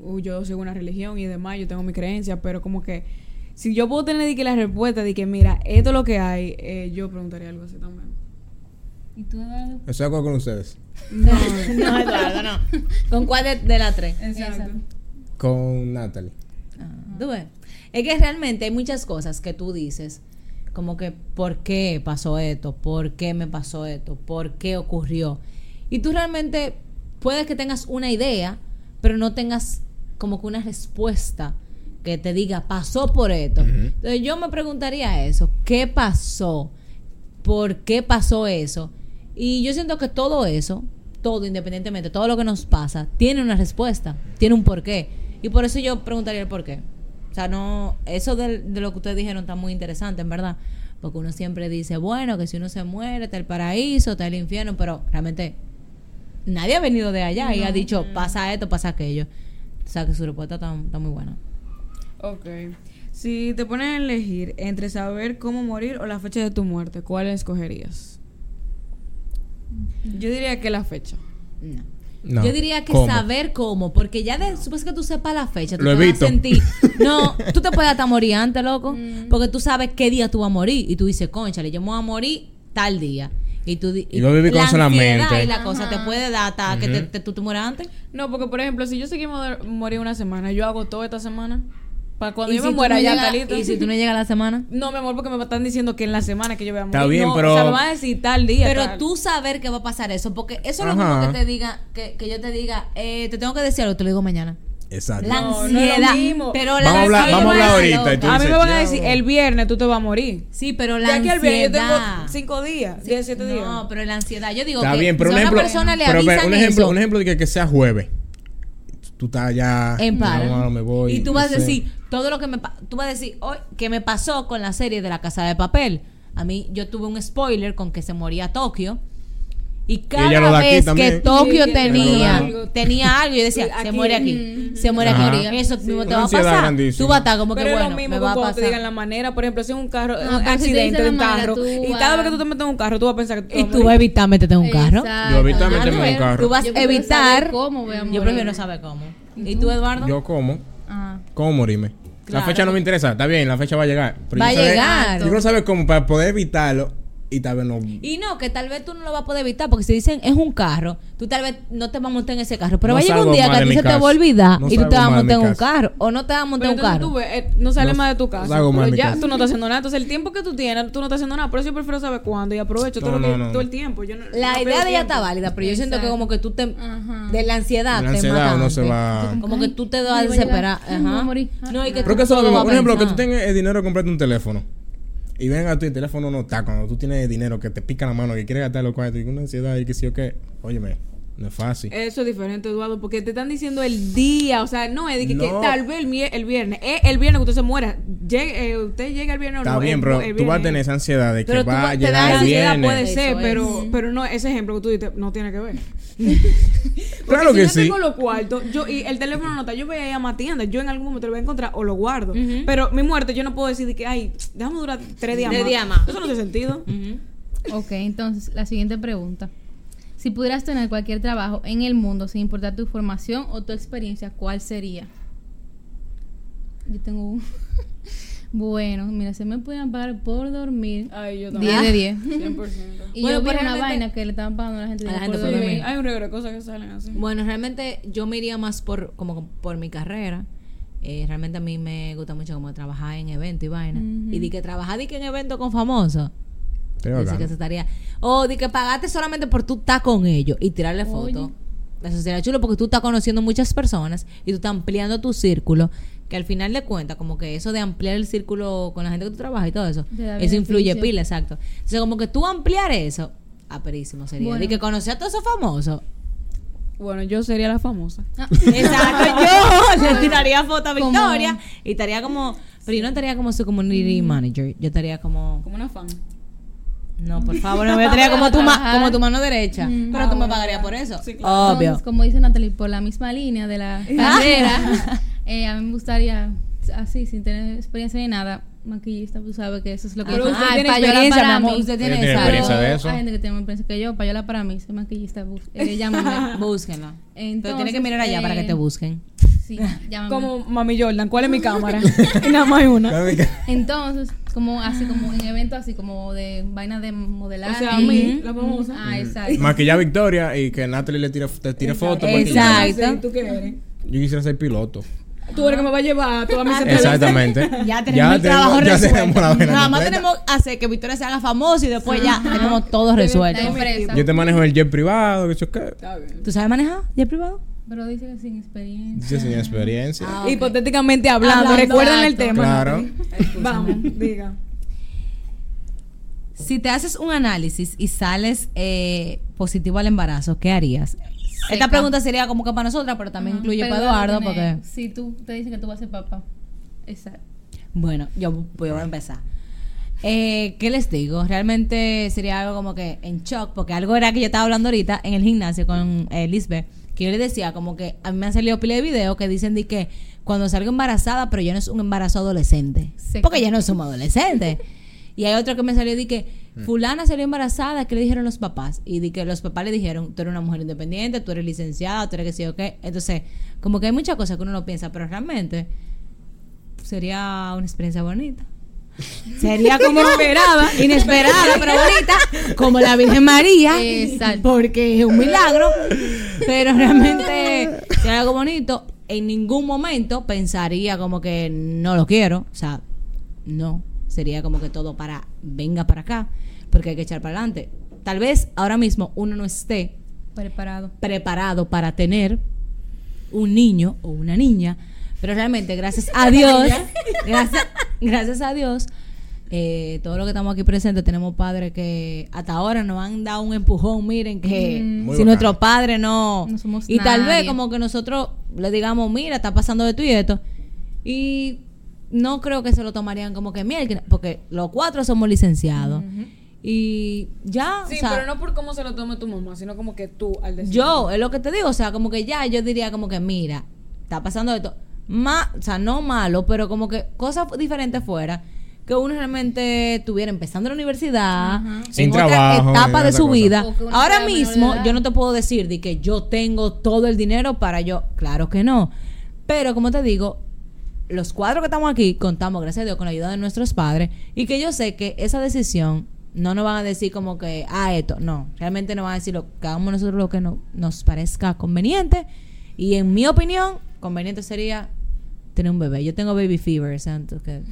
Speaker 2: u- yo sigo una religión y demás, yo tengo mi creencia, pero como que si yo puedo tener de que la respuesta de que, mira, esto es lo que hay, eh, yo preguntaría algo así también.
Speaker 5: ¿Y tú, Eduardo?
Speaker 3: Estoy de acuerdo con ustedes.
Speaker 2: No,
Speaker 1: No, Eduardo, no. ¿Con cuál de, de las tres?
Speaker 2: exacto.
Speaker 3: Con Natalie.
Speaker 1: Ah, tú ves. Es que realmente hay muchas cosas que tú dices Como que, ¿por qué pasó esto? ¿Por qué me pasó esto? ¿Por qué ocurrió? Y tú realmente puedes que tengas una idea, pero no tengas como que una respuesta que te diga, pasó por esto. Entonces yo me preguntaría eso, ¿qué pasó? por qué pasó eso. Y yo siento que todo eso, todo independientemente, todo lo que nos pasa, tiene una respuesta, tiene un porqué. Y por eso yo preguntaría el porqué. O sea, no, eso del- de, lo que ustedes dijeron está muy interesante, en verdad. Porque uno siempre dice, bueno, que si uno se muere, está el paraíso, está el infierno, pero realmente nadie ha venido de allá y ha dicho, pasa esto, pasa aquello. O sea, que su respuesta está, está muy buena.
Speaker 2: Ok. Si te ponen a elegir entre saber cómo morir o la fecha de tu muerte, ¿cuál escogerías? Yo diría que la fecha.
Speaker 1: No.
Speaker 3: No.
Speaker 1: Yo diría que
Speaker 3: ¿Cómo?
Speaker 1: saber cómo, porque ya después que tú sepas la fecha, tú
Speaker 3: Lo
Speaker 1: te vas
Speaker 3: evito.
Speaker 1: a sentir. No, tú te puedes hasta morir antes, loco,
Speaker 2: Mm.
Speaker 1: porque tú sabes qué día tú vas a morir y tú dices, conchale, yo me voy a morir tal día. Y tú di-
Speaker 3: Y voy a vivir
Speaker 1: la
Speaker 3: con eso en la
Speaker 1: ansiedad
Speaker 3: mente.
Speaker 1: Y la cosa te puede dar hasta que te, te- tú te mueras antes.
Speaker 2: No, porque por ejemplo, si yo sé que me voy a morir una semana, yo hago todo esta semana. Para cuando
Speaker 1: Y
Speaker 2: yo
Speaker 1: si
Speaker 2: me
Speaker 1: tú
Speaker 2: muera
Speaker 1: no
Speaker 2: ya
Speaker 1: llegas-
Speaker 2: está listo.
Speaker 1: Y si tú no llegas a la semana.
Speaker 2: No, mi amor, porque me están diciendo que en la semana que yo voy a morir.
Speaker 3: Está bien,
Speaker 2: No,
Speaker 3: pero-
Speaker 2: O sea, me van a decir tal día.
Speaker 1: Pero
Speaker 2: tal.
Speaker 1: tú saber que va a pasar eso, porque eso es lo
Speaker 3: Ajá.
Speaker 1: mismo que te diga, que, que yo te diga, eh, te tengo que decir algo, te lo digo mañana.
Speaker 3: Exacto.
Speaker 1: La
Speaker 2: No, no es lo
Speaker 1: ansiedad.
Speaker 2: mismo.
Speaker 1: pero la
Speaker 3: Vamos a hablar-
Speaker 1: ansiedad-
Speaker 3: vamos a hablar ahorita,
Speaker 1: loco.
Speaker 3: tú
Speaker 2: A mí
Speaker 3: dices,
Speaker 2: me van a
Speaker 3: "Ya,
Speaker 2: decir, el viernes tú te vas a morir.
Speaker 1: Sí, pero la
Speaker 2: Ya que el viernes yo tengo
Speaker 1: ansiedad.
Speaker 2: cinco días,
Speaker 1: Sí,
Speaker 2: 17 días.
Speaker 1: No, pero la ansiedad, yo digo
Speaker 3: Está
Speaker 1: que
Speaker 3: bien, pero
Speaker 1: si
Speaker 3: un
Speaker 1: a
Speaker 3: ejemplo,
Speaker 1: una persona le
Speaker 3: pero,
Speaker 1: avisan
Speaker 3: pero un ejemplo,
Speaker 1: eso,
Speaker 3: un ejemplo de que, que sea jueves. Tú estás ya
Speaker 1: en paro.
Speaker 3: no, no me voy,
Speaker 1: y tú vas
Speaker 3: no
Speaker 1: a
Speaker 3: sé.
Speaker 1: decir todo lo que me pa- tú vas a decir hoy que me pasó con la serie de la Casa de Papel. A mí yo tuve un spoiler con que se moría Tokio. Y cada
Speaker 3: ella lo da aquí
Speaker 1: vez que
Speaker 3: también.
Speaker 1: Tokio
Speaker 2: Sí, que
Speaker 1: tenía
Speaker 2: algo.
Speaker 1: tenía algo, yo decía,
Speaker 2: Aquí.
Speaker 1: se muere aquí, se muere
Speaker 3: Ajá.
Speaker 1: aquí. Eso mismo te
Speaker 3: Una
Speaker 1: va a
Speaker 3: ansiedad
Speaker 1: pasar.
Speaker 3: grandísima.
Speaker 1: Tú vas a estar como que
Speaker 2: pero es
Speaker 1: bueno,
Speaker 2: lo mismo
Speaker 1: me
Speaker 2: que
Speaker 1: va a
Speaker 2: cuando te digan
Speaker 1: pasar.
Speaker 2: la manera, por ejemplo, si es un carro,
Speaker 5: No,
Speaker 2: un
Speaker 5: Ah, pero si te
Speaker 2: accidente
Speaker 5: dicen
Speaker 2: de
Speaker 5: la
Speaker 2: un
Speaker 5: manera,
Speaker 2: carro,
Speaker 5: tú
Speaker 2: y
Speaker 5: vas-
Speaker 2: cada vez que tú te metes en un carro, tú vas a pensar que
Speaker 1: Y
Speaker 2: vas a
Speaker 1: tú vas a
Speaker 2: morir.
Speaker 1: evitar meterte en un carro.
Speaker 5: Exacto.
Speaker 3: Yo ahorita me
Speaker 5: Ah,
Speaker 3: tengo
Speaker 5: no,
Speaker 3: un
Speaker 5: eh.
Speaker 3: carro.
Speaker 1: Tú vas
Speaker 5: Yo
Speaker 1: a
Speaker 5: prefiero
Speaker 1: evitar.
Speaker 5: saber cómo voy a
Speaker 1: Yo
Speaker 5: morir.
Speaker 1: prefiero saber cómo. ¿Y tú, Eduardo?
Speaker 3: Yo como,
Speaker 5: Ah.
Speaker 3: ¿cómo morirme? La
Speaker 1: Claro.
Speaker 3: fecha no me interesa, está bien, la fecha va a llegar. pero
Speaker 1: Va
Speaker 3: yo
Speaker 1: a
Speaker 3: saber-
Speaker 1: llegar.
Speaker 3: Yo quiero saber cómo para poder evitarlo y tal vez no.
Speaker 1: Y no, que tal vez tú no lo vas a poder evitar, porque si dicen es un carro, tú tal vez no te vas a montar en ese carro, pero
Speaker 3: No
Speaker 1: va a llegar un
Speaker 3: salgo
Speaker 1: día
Speaker 3: mal
Speaker 1: que a
Speaker 3: de
Speaker 1: ti
Speaker 3: mi
Speaker 1: se te
Speaker 3: casa.
Speaker 1: va a olvidar
Speaker 3: No
Speaker 1: y tú te
Speaker 3: salgo
Speaker 1: vas a
Speaker 3: mal de mi
Speaker 1: montar en un
Speaker 3: casa.
Speaker 1: carro o no te vas a montar
Speaker 2: Pero
Speaker 1: en un
Speaker 2: entonces tú
Speaker 1: carro.
Speaker 2: ves, eh, no sales
Speaker 3: No
Speaker 2: más de tu casa.
Speaker 3: hago mal
Speaker 2: pero
Speaker 3: mi
Speaker 2: ya
Speaker 3: casa.
Speaker 2: tú no estás haciendo nada. Entonces el tiempo que tú tienes, tú no estás haciendo nada. Por eso yo prefiero saber cuándo y aprovecho
Speaker 3: No,
Speaker 2: todo, lo que-
Speaker 3: no, no.
Speaker 2: todo el tiempo. Yo no- no
Speaker 1: La idea
Speaker 2: pierdo
Speaker 1: de ella
Speaker 2: tiempo.
Speaker 1: está válida, pero yo siento que
Speaker 5: Exacto.
Speaker 1: como que tú te
Speaker 5: Ajá.
Speaker 1: de la ansiedad,
Speaker 3: De la
Speaker 1: te
Speaker 3: ansiedad
Speaker 1: mata
Speaker 3: uno se
Speaker 1: antes.
Speaker 3: va-
Speaker 1: Como
Speaker 5: Ay,
Speaker 1: que tú te
Speaker 5: me
Speaker 1: vas a
Speaker 5: voy a llegar.
Speaker 1: desesperar,
Speaker 5: Ay, me voy
Speaker 1: ajá.
Speaker 5: a morir.
Speaker 1: No, y que
Speaker 3: Creo
Speaker 5: Ajá.
Speaker 1: tú
Speaker 3: que eso es lo
Speaker 1: todo
Speaker 3: mismo.
Speaker 1: va
Speaker 3: Por
Speaker 1: a
Speaker 3: ejemplo, que tú
Speaker 1: pensar.
Speaker 3: tengas el dinero de comprarte un teléfono. Y ven a tu teléfono no está. Cuando tú tienes dinero que te pica la mano, que quieres gastar los cuartos, y con una ansiedad y que sí o qué. Óyeme, no es fácil.
Speaker 2: Eso es diferente, Eduardo, porque te están diciendo el día, o sea, no es de que, que
Speaker 3: No.
Speaker 2: tal vez el, mie- el viernes, eh, el viernes que usted se muera, llegue, eh, usted llega el viernes o no.
Speaker 3: Está bien,
Speaker 2: el-
Speaker 3: pero
Speaker 2: el
Speaker 3: tú vas a
Speaker 2: viernes.
Speaker 3: tener esa ansiedad de que
Speaker 1: Pero tú
Speaker 3: va
Speaker 1: vas-
Speaker 3: a
Speaker 1: te
Speaker 3: llegar
Speaker 1: da
Speaker 3: el
Speaker 1: ansiedad,
Speaker 2: ansiedad
Speaker 3: viernes.
Speaker 2: puede ser,
Speaker 1: Eso es.
Speaker 2: pero pero no ese ejemplo que tú diste no tiene que ver.
Speaker 3: Claro
Speaker 2: si
Speaker 3: que
Speaker 2: yo
Speaker 3: sí.
Speaker 2: tengo los cuartos, yo y el teléfono no está, yo voy a ir a más tiendas, yo en algún momento lo voy a encontrar o lo guardo, pero mi muerte yo no puedo decir de que ay, déjame durar tres días
Speaker 1: Tres
Speaker 2: más.
Speaker 1: días más.
Speaker 2: Eso no tiene sentido.
Speaker 1: Ujú.
Speaker 5: Ok, entonces la siguiente pregunta. Si pudieras tener cualquier trabajo en el mundo sin importar tu formación o tu experiencia, ¿cuál sería? Yo tengo un... bueno, mira, se me pueden pagar por dormir.
Speaker 1: Ah,
Speaker 2: Ay, yo
Speaker 5: 10 de 10.
Speaker 2: 100%.
Speaker 5: Y
Speaker 1: Bueno, pero
Speaker 5: yo vi una
Speaker 1: realmente-
Speaker 5: vaina que le estaban pagando a la
Speaker 1: A
Speaker 5: gente,
Speaker 1: la
Speaker 5: por
Speaker 1: gente por
Speaker 5: dormir.
Speaker 1: dormir.
Speaker 2: hay un regalo de cosas que salen así.
Speaker 1: Bueno, realmente yo me iría más por como por mi carrera. Eh, realmente a mí me gusta mucho como trabajar en eventos y vaina. Y di que trabajar di que en eventos con famosos.
Speaker 3: Te va
Speaker 1: Yo
Speaker 3: a
Speaker 1: sé que
Speaker 3: ganar.
Speaker 1: eso estaría. O de que pagaste solamente por tú estar con ellos y tirarle fotos. Eso sería chulo porque tú estás conociendo muchas personas y tú estás ampliando tu círculo. Que al final de cuentas, como que eso de ampliar el círculo con la gente que tú trabajas y todo eso,
Speaker 5: Te da
Speaker 1: eso influye
Speaker 5: beneficio.
Speaker 1: pila, exacto. Entonces, como que tú ampliar eso, aperísimo sería.
Speaker 5: Bueno.
Speaker 1: Y que conocer a todos esos famosos.
Speaker 2: Bueno, yo sería la famosa.
Speaker 5: Ah,
Speaker 1: Exacto, yo le tiraría foto a
Speaker 5: Como-
Speaker 1: Victoria y estaría como. Pero yo no estaría como su community
Speaker 5: Mm.
Speaker 1: manager, yo estaría como.
Speaker 2: Como una fan.
Speaker 1: No, por favor, no me estaría como tu, ma- como tu mano derecha.
Speaker 5: Mm.
Speaker 1: Pero tú me pagarías por eso.
Speaker 2: Sí,
Speaker 1: Obvio.
Speaker 5: Entonces, como dice Natalie, por la misma línea de la carrera, eh, a mí me gustaría, así, sin tener experiencia ni nada, maquillista, tú sabes que eso es lo que...
Speaker 1: Pero
Speaker 5: yo-
Speaker 1: usted
Speaker 5: Ay,
Speaker 1: tiene
Speaker 5: payola
Speaker 1: experiencia,
Speaker 5: para
Speaker 1: mi amor,
Speaker 5: mí.
Speaker 1: usted
Speaker 3: tiene
Speaker 1: tiene
Speaker 3: esa-
Speaker 5: Pero
Speaker 3: experiencia de eso.
Speaker 5: Hay gente que tiene más experiencia que yo, payola para mí, soy maquillista, bus, eh,
Speaker 1: esa.
Speaker 5: llámame.
Speaker 1: Búsquenla. Pero
Speaker 5: Entonces,
Speaker 1: tienes que mirar allá para que
Speaker 5: eh,
Speaker 1: te busquen.
Speaker 5: Sí, llámame.
Speaker 2: Como Mami Jordan, ¿cuál es mi cámara? y nada más hay una.
Speaker 5: Entonces, como así, como en eventos así, como de vaina de modelar.
Speaker 2: O sea, a mí, la famosa.
Speaker 3: Mm.
Speaker 5: Ah, exacto.
Speaker 3: Maquillar a Victoria y que Natalie le tire, te tire fotos.
Speaker 1: Exacto.
Speaker 3: maquillar.
Speaker 2: ¿Tú qué eres?
Speaker 3: Yo quisiera ser piloto.
Speaker 2: Tú eres que me va a llevar a toda mi
Speaker 3: Ah, Exactamente.
Speaker 4: Ya tenemos el trabajo
Speaker 3: ya
Speaker 4: resuelto.
Speaker 3: tenemos la vaina
Speaker 4: Nada más
Speaker 3: completa.
Speaker 4: tenemos hacer que Victoria se haga famoso y después ya tenemos todo
Speaker 5: La
Speaker 4: resuelto.
Speaker 5: empresa.
Speaker 3: Yo te manejo el jet privado, que eso es que-
Speaker 2: Está bien.
Speaker 4: ¿Tú sabes manejar jet privado?
Speaker 5: Pero dice que sin experiencia.
Speaker 3: Yo sin experiencia.
Speaker 4: Ah,
Speaker 2: Hipotéticamente hablando,
Speaker 4: Hablando,
Speaker 2: recuerden el
Speaker 5: exacto.
Speaker 2: tema.
Speaker 3: claro.
Speaker 2: Vamos, diga.
Speaker 1: Si te haces un análisis y sales eh, positivo al embarazo, ¿qué harías? Esta pregunta sería como que para nosotras, pero también
Speaker 5: Ajá.
Speaker 1: incluye
Speaker 5: Pero
Speaker 1: para
Speaker 5: debe
Speaker 1: Eduardo,
Speaker 5: tener-
Speaker 1: porque...
Speaker 5: Si tú te dicen que tú vas a ser papá. Exacto.
Speaker 1: Bueno, yo voy a empezar. Eh, ¿Qué les digo? Realmente sería algo como que en shock, porque algo era que yo estaba hablando ahorita en el gimnasio con eh, Lisbeth, que yo le decía como que a mí me han salido pila de videos que dicen de que cuando salgo embarazada, pero yo no es un embarazo adolescente,
Speaker 5: Sí.
Speaker 1: porque ya no somos adolescentes. Y hay otro que me salió de que fulana salió embarazada, ¿qué le dijeron los papás? Y de que los papás le dijeron, tú eres una mujer independiente, tú eres licenciada, tú eres que sí o qué. Entonces, como que hay muchas cosas que uno no piensa, pero realmente sería una experiencia bonita. Sería como esperaba, inesperada, pero bonita, como la Virgen María,
Speaker 5: Exacto.
Speaker 1: porque es un milagro, pero realmente sería algo bonito. En ningún momento pensaría como que no lo quiero, o sea, no, sería como que todo para venga para acá, porque hay que echar para adelante. Tal vez ahora mismo uno no esté
Speaker 5: Preparado.
Speaker 1: preparado para tener un niño o una niña, pero realmente gracias a Dios, gracias, gracias a Dios, eh, todo lo que estamos aquí presentes tenemos padres que hasta ahora nos han dado un empujón, miren que si
Speaker 5: Mm.
Speaker 3: Muy bacano.
Speaker 1: nuestros padres no,
Speaker 5: No somos
Speaker 1: y tal
Speaker 5: nadie.
Speaker 1: vez como que nosotros le digamos, mira, está pasando esto y esto, y no creo que se lo tomarían como que miel, porque los cuatro somos licenciados. Y ya, o
Speaker 2: Sí,
Speaker 1: sea,
Speaker 2: pero no por cómo se lo tome tu mamá, sino como que tú al decir.
Speaker 1: yo, es lo que te digo, o sea, como que ya yo diría como que mira, está pasando esto, ma o sea, no malo, pero como que cosas fu- diferentes fuera, que uno realmente estuviera empezando la universidad, en
Speaker 3: Sin
Speaker 1: otra
Speaker 3: trabajo, en
Speaker 1: etapa
Speaker 3: otra
Speaker 1: de su
Speaker 3: cosa.
Speaker 1: vida.
Speaker 5: O que uno
Speaker 1: Ahora
Speaker 5: sea menor de
Speaker 1: mismo
Speaker 5: edad.
Speaker 1: yo no te puedo decir de que yo tengo todo el dinero para yo, claro que no, pero como te digo, los cuatro que estamos aquí contamos, gracias a Dios, con la ayuda de nuestros padres y que yo sé que esa decisión no nos van a decir como que, ah, esto, no, realmente nos van a decir lo que hagamos nosotros lo que no- nos parezca conveniente y en mi opinión, conveniente sería tener un bebé. Yo tengo baby fever, santo que...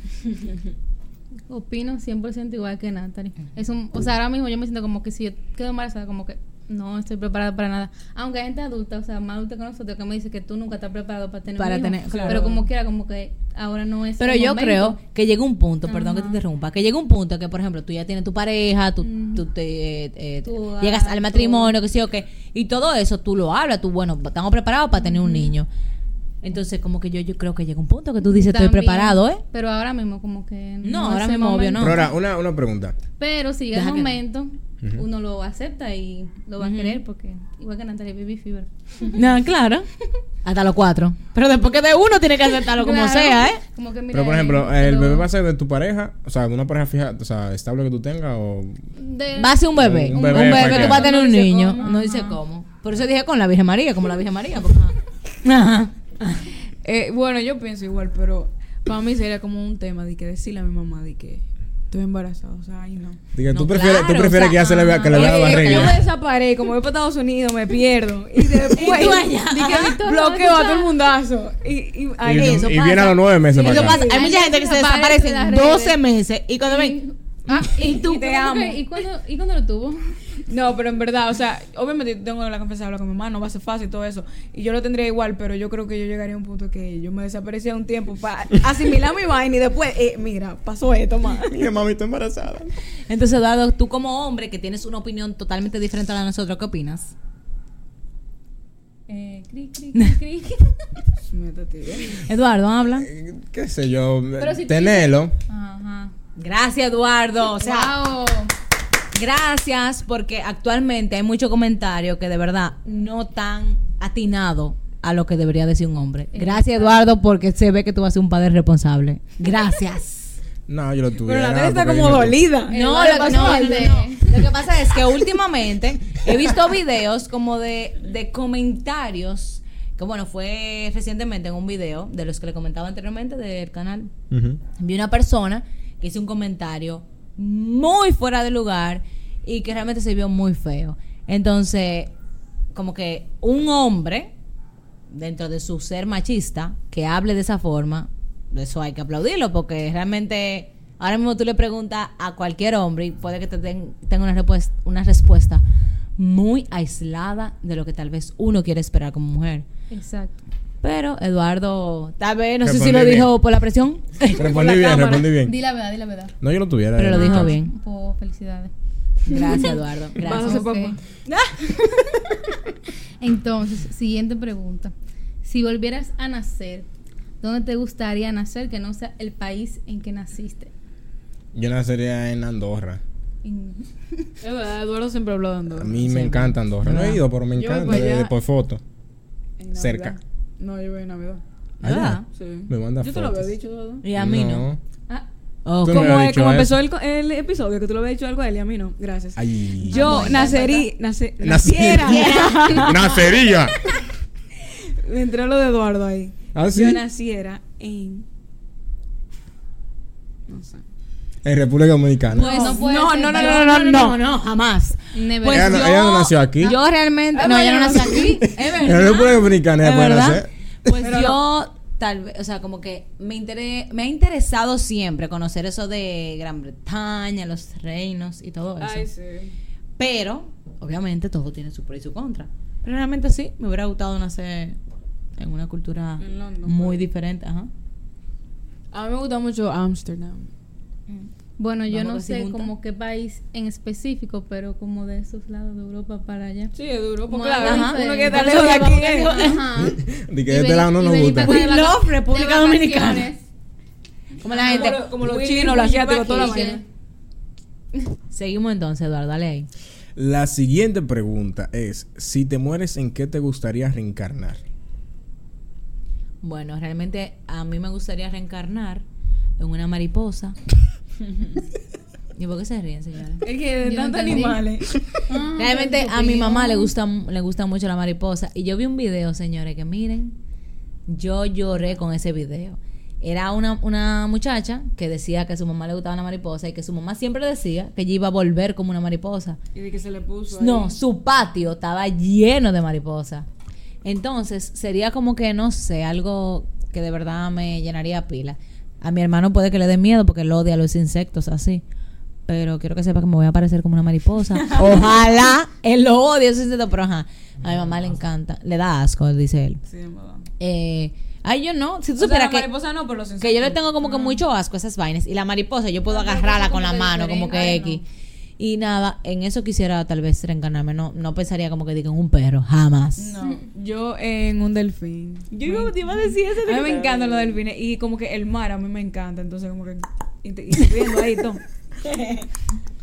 Speaker 5: Opino 100% igual que Natalie. Es un, o sea, ahora mismo yo me siento como que si yo quedo embarazada, como que no estoy preparada para nada. Aunque hay gente adulta, o sea, más adulta que nosotros, que me dice que tú nunca estás preparado para tener
Speaker 1: Para
Speaker 5: un hijo.
Speaker 1: tener- claro.
Speaker 5: Pero como quiera, como que ahora no es.
Speaker 1: Pero
Speaker 5: el
Speaker 1: yo
Speaker 5: momento.
Speaker 1: creo que llega un punto, perdón que te
Speaker 5: Ajá.
Speaker 1: interrumpa, que llega un punto que, por ejemplo, tú ya tienes tu pareja, tú,
Speaker 5: Ujú.
Speaker 1: tú te, eh, eh,
Speaker 5: Tu
Speaker 1: te- llegas al
Speaker 5: gato.
Speaker 1: matrimonio, que sí o qué, y todo eso tú lo hablas, tú, bueno, estamos preparados para tener un niño. Entonces, como que yo, yo creo que llega un punto que tú dices, estoy
Speaker 5: También,
Speaker 1: preparado, ¿eh?
Speaker 5: Pero ahora mismo, como que.
Speaker 1: No,
Speaker 5: es
Speaker 1: ahora
Speaker 5: el
Speaker 1: mismo, obvio,
Speaker 5: momento.
Speaker 1: no.
Speaker 3: Pero ahora, una, una pregunta.
Speaker 5: Pero si llega el
Speaker 1: Deja que-
Speaker 5: momento, uno lo acepta y lo va a querer, porque igual que Natalie, baby fever.
Speaker 1: No, claro. Hasta los cuatro. Pero después que de uno tiene que aceptarlo como
Speaker 5: Claro,
Speaker 1: sea, ¿eh?
Speaker 5: Como que, mira,
Speaker 3: Pero, por ejemplo,
Speaker 5: eh,
Speaker 3: ¿el
Speaker 5: lo-
Speaker 3: bebé va a ser de tu pareja? O sea, de una pareja fija, o sea, estable que tú tengas o...
Speaker 5: de-
Speaker 1: Va a ser un bebé.
Speaker 3: Un
Speaker 1: Un
Speaker 3: bebé
Speaker 1: bebé,
Speaker 3: para
Speaker 1: que
Speaker 3: que-
Speaker 1: tú vas a tener
Speaker 5: No
Speaker 1: un
Speaker 5: dice
Speaker 1: niño.
Speaker 5: cómo,
Speaker 1: no dice
Speaker 5: ajá.
Speaker 1: cómo. Por eso dije con la Virgen María, como la Virgen María. porque, ajá. Ajá.
Speaker 2: Eh, bueno, yo pienso igual, pero para mí sería como un tema de que decirle a mi mamá de que estoy embarazada. O sea, ay, no.
Speaker 3: Diga,
Speaker 1: No,
Speaker 3: tú prefieres,
Speaker 1: claro,
Speaker 3: tú prefieres
Speaker 1: o sea,
Speaker 3: que ya se le vea, que le
Speaker 2: Oye,
Speaker 3: vea la
Speaker 2: yo- yo me
Speaker 3: barriga.
Speaker 2: desaparezco, como voy para Estados Unidos, me pierdo. Y después
Speaker 1: Y tú allá.
Speaker 2: di que
Speaker 1: Ajá.
Speaker 2: Victoria, bloqueo a todo el mundazo. Y, ah,
Speaker 3: Y,
Speaker 2: y, ay, no.
Speaker 1: eso
Speaker 3: y
Speaker 1: pasa.
Speaker 3: viene a los nueve meses para
Speaker 1: Eso
Speaker 3: acá.
Speaker 1: pasa. Hay mucha gente que se desaparece
Speaker 5: en las
Speaker 1: 12
Speaker 5: redes.
Speaker 1: meses y cuando ven.
Speaker 5: Ah, y tú,
Speaker 2: Y te
Speaker 5: pero
Speaker 2: amo.
Speaker 5: porque- ¿Y cuándo, ¿Y cuándo lo tuvo?
Speaker 2: No, pero en verdad, o sea, obviamente yo tengo la confianza de hablar con mi mamá, no va a ser fácil todo eso. Y yo lo tendría igual, pero yo creo que yo llegaría a un punto que yo me desaparecía un tiempo para asimilar mi vaina y después, eh, mira, pasó esto, más.
Speaker 3: Dije, mami, estoy embarazada.
Speaker 1: Entonces, Eduardo, tú como hombre que tienes una opinión totalmente diferente a la de nosotros, ¿qué opinas?
Speaker 5: Eh, cri, cri, cri, cri.
Speaker 1: Eduardo, habla.
Speaker 3: ¿Qué sé yo?
Speaker 5: si tú
Speaker 3: Tenelo.
Speaker 5: Ajá.
Speaker 1: Gracias, Eduardo. O sea,
Speaker 5: Wow.
Speaker 1: gracias porque actualmente hay mucho comentario que de verdad no tan atinado a lo que debería decir un hombre. Gracias, Eduardo, porque se ve que tú vas a ser un padre responsable. Gracias.
Speaker 3: No, yo lo tuve.
Speaker 2: Pero la neta está como dolida.
Speaker 1: No,
Speaker 5: Eduardo
Speaker 1: Eh, lo que, no,
Speaker 5: Pascual,
Speaker 1: no, no. Lo que pasa es que últimamente he visto videos como de, de comentarios, que bueno, fue recientemente en un video de los que le comentaba anteriormente del canal vi una persona que hizo un comentario muy fuera de lugar y que realmente se vio muy feo. Entonces, como que un hombre dentro de su ser machista, que hable de esa forma, eso hay que aplaudirlo, porque realmente ahora mismo tú le preguntas a cualquier hombre y puede que te den- tenga una respuesta, una respuesta muy aislada de lo que tal vez uno quiere esperar como mujer.
Speaker 5: Exacto.
Speaker 1: Pero Eduardo, tal vez, no sé si
Speaker 3: Respondí
Speaker 1: lo
Speaker 3: bien.
Speaker 1: dijo por la presión,
Speaker 3: Respondí bien, respondí bien.
Speaker 5: Di la verdad, di la verdad.
Speaker 3: No, yo lo tuviera.
Speaker 1: pero lo
Speaker 3: eh.
Speaker 1: dijo bien.
Speaker 5: Pues felicidades.
Speaker 1: Gracias, Eduardo. Gracias.
Speaker 2: Pásase,
Speaker 5: Ok.
Speaker 2: papá.
Speaker 5: Entonces, siguiente pregunta. Si volvieras a nacer, ¿dónde te gustaría nacer que no sea el país en que naciste?
Speaker 3: Yo nacería en Andorra.
Speaker 5: En-
Speaker 2: Es verdad, Eduardo siempre habló de
Speaker 3: A
Speaker 2: Andorra.
Speaker 3: mí me encanta Andorra. No he ido, pero me
Speaker 2: Yo voy
Speaker 3: encanta.
Speaker 2: para allá.
Speaker 3: Desde por foto.
Speaker 2: En Navidad.
Speaker 3: Cerca.
Speaker 2: No, yo voy en Navidad.
Speaker 1: ¿Verdad?
Speaker 2: Sí.
Speaker 3: Me manda
Speaker 2: Yo te lo había
Speaker 3: fotos.
Speaker 2: dicho, Eduardo.
Speaker 1: Y a mí no.
Speaker 5: Ah,
Speaker 1: Oh,
Speaker 3: Tú no me
Speaker 2: Como, eh,
Speaker 3: habías
Speaker 2: como
Speaker 3: dicho
Speaker 2: empezó el, co- el episodio, que tú lo habías dicho algo a él y a mí no. Gracias.
Speaker 3: Ay.
Speaker 2: Yo nacerí, nace-
Speaker 3: Naciera.
Speaker 2: naciera.
Speaker 3: Nacería.
Speaker 2: Me entró lo de Eduardo ahí.
Speaker 3: Ah, sí.
Speaker 2: Yo naciera en. No sé.
Speaker 3: En República Dominicana.
Speaker 5: pues no puede
Speaker 1: no,
Speaker 5: ser.
Speaker 1: no, no,
Speaker 5: Yo-
Speaker 1: no, no, no, no, no, jamás.
Speaker 5: Never.
Speaker 1: Pues
Speaker 3: ella, no,
Speaker 1: yo-
Speaker 3: ella no nació aquí.
Speaker 1: Yo realmente.
Speaker 5: Ah,
Speaker 1: No,
Speaker 5: bueno,
Speaker 1: yo no
Speaker 5: no
Speaker 1: nací
Speaker 5: sé.
Speaker 1: aquí. Es
Speaker 3: en la
Speaker 1: verdad.
Speaker 3: República Dominicana
Speaker 1: Es
Speaker 3: ella puede
Speaker 1: verdad.
Speaker 3: nacer.
Speaker 1: Pues yo, tal vez, o sea, como que me, interé- me ha interesado siempre conocer eso de Gran Bretaña, los reinos y todo eso.
Speaker 2: Ay, sí.
Speaker 1: Pero, obviamente, todo tiene su pro y su contra. Pero realmente sí, me hubiera gustado nacer en pues. una cultura
Speaker 2: En London,
Speaker 1: muy diferente. Ajá.
Speaker 2: A mí me gusta mucho Amsterdam.
Speaker 5: Bueno, yo
Speaker 1: Vamos a
Speaker 5: no
Speaker 1: ver si
Speaker 5: sé
Speaker 1: junta.
Speaker 5: como qué país en específico, pero como de esos lados de Europa para allá.
Speaker 2: Sí, es duro.
Speaker 5: Como
Speaker 2: Porque claro,
Speaker 5: algo
Speaker 2: uno
Speaker 5: diferente.
Speaker 2: que está lejos de aquí. ¿eh?
Speaker 5: Ajá.
Speaker 3: De que
Speaker 5: Y
Speaker 3: de este
Speaker 5: ven-
Speaker 3: lado no
Speaker 5: y
Speaker 3: nos
Speaker 5: venir
Speaker 3: gusta.
Speaker 5: para acá de
Speaker 1: We love
Speaker 5: vaca-
Speaker 1: República
Speaker 5: de
Speaker 1: Dominicana.
Speaker 5: vacaciones.
Speaker 1: Como la gente.
Speaker 2: Como, como los
Speaker 5: Willy
Speaker 2: chinos, los
Speaker 5: Willy
Speaker 2: asiáticos, toda la
Speaker 5: Vacation.
Speaker 2: vaina.
Speaker 1: Seguimos entonces, Eduardo, dale ahí.
Speaker 3: La siguiente pregunta es: Si te mueres, ¿en qué te gustaría reencarnar?
Speaker 1: Bueno, realmente a mí me gustaría reencarnar en una mariposa. ¿Y por qué se ríen, señores?
Speaker 2: Es que de
Speaker 5: Yo no
Speaker 2: tantos
Speaker 5: entendí.
Speaker 2: animales.
Speaker 5: Ah,
Speaker 1: Realmente a mi
Speaker 5: opinión.
Speaker 1: mamá le gusta le gusta mucho la mariposa y yo vi un video, señores, que miren, yo lloré con ese video. Era una, una muchacha que decía que a su mamá le gustaba la mariposa y que su mamá siempre decía que ella iba a volver como una mariposa.
Speaker 2: Y de que se le puso.
Speaker 1: No, su patio estaba lleno de mariposas. Entonces, sería como que, no sé, algo que de verdad me llenaría pila. A mi hermano puede que le dé miedo porque él odia los insectos así. Pero quiero que sepa que me voy a parecer como una mariposa. Ojalá él lo odie esos insectos, pero ajá. A mi mamá le encanta. Le da asco, dice él.
Speaker 2: Sí, en verdad.
Speaker 1: Eh, ay, yo no. Si tú
Speaker 2: O sea,
Speaker 1: supieras
Speaker 2: la
Speaker 1: que...
Speaker 2: mariposa no, pero los
Speaker 1: Que yo le
Speaker 2: insectos.
Speaker 1: tengo como que mucho asco a esas vainas. Y la mariposa, yo puedo
Speaker 5: La mariposa
Speaker 1: agarrarla con la
Speaker 5: como que
Speaker 1: mano, como
Speaker 5: diferente.
Speaker 1: que
Speaker 5: Ay,
Speaker 1: X. Y nada, en eso quisiera tal vez reencarnarme. No, no pensaría como que digan un perro, jamás.
Speaker 2: No, yo en un delfín. Yo como te iba a decir eso. A mí me encantan los delfines y como que el mar a mí me encanta, entonces como que y te- y viendo ahí todo.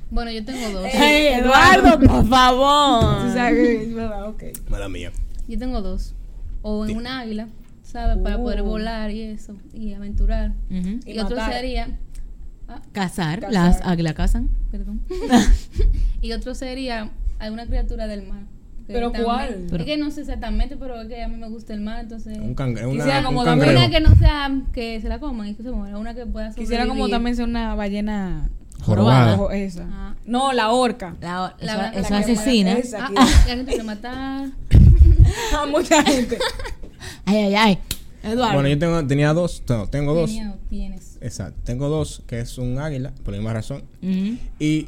Speaker 5: Bueno, yo tengo dos.
Speaker 1: Ey, Eduardo, por favor!
Speaker 2: O sea, que es verdad, ok.
Speaker 3: Mala mía.
Speaker 5: Yo tengo dos. O en un águila, ¿sabes? Para poder volar y eso, y aventurar.
Speaker 1: Ujú.
Speaker 5: Y,
Speaker 2: Y
Speaker 5: otro
Speaker 2: matar.
Speaker 5: sería,
Speaker 1: Cazar,
Speaker 2: Cazar.
Speaker 1: las águilas cazan.
Speaker 5: perdón. y otro sería alguna criatura del mar. Que
Speaker 2: ¿Pero
Speaker 5: también-
Speaker 2: cuál?
Speaker 1: Pero-
Speaker 5: Es que no sé exactamente, pero es que a mí me gusta el mar, entonces...
Speaker 3: Un, can- una-
Speaker 2: Quisiera
Speaker 3: un
Speaker 2: como también-
Speaker 3: cangrejo.
Speaker 5: Una que no sea, que se la coman y que se muera, una que pueda sobrevivir.
Speaker 2: Quisiera como también ser una ballena
Speaker 3: Jorobada.
Speaker 2: ojo, esa.
Speaker 5: Ah.
Speaker 2: No, la orca.
Speaker 1: La,
Speaker 5: La-
Speaker 1: eso-
Speaker 5: la-
Speaker 1: eso
Speaker 5: la que
Speaker 1: asesina.
Speaker 2: muere presa.
Speaker 5: Ah,
Speaker 2: Aquí.
Speaker 5: ah, la que te quiere matar.
Speaker 2: A mucha gente.
Speaker 1: Ay, ay, ay.
Speaker 2: Eduardo.
Speaker 3: Bueno, yo tengo, tenía dos. No, tengo dos.
Speaker 5: Tenía o tienes.
Speaker 3: Exacto. Tengo dos, que es un águila, por la misma razón.
Speaker 1: Ujú.
Speaker 3: Y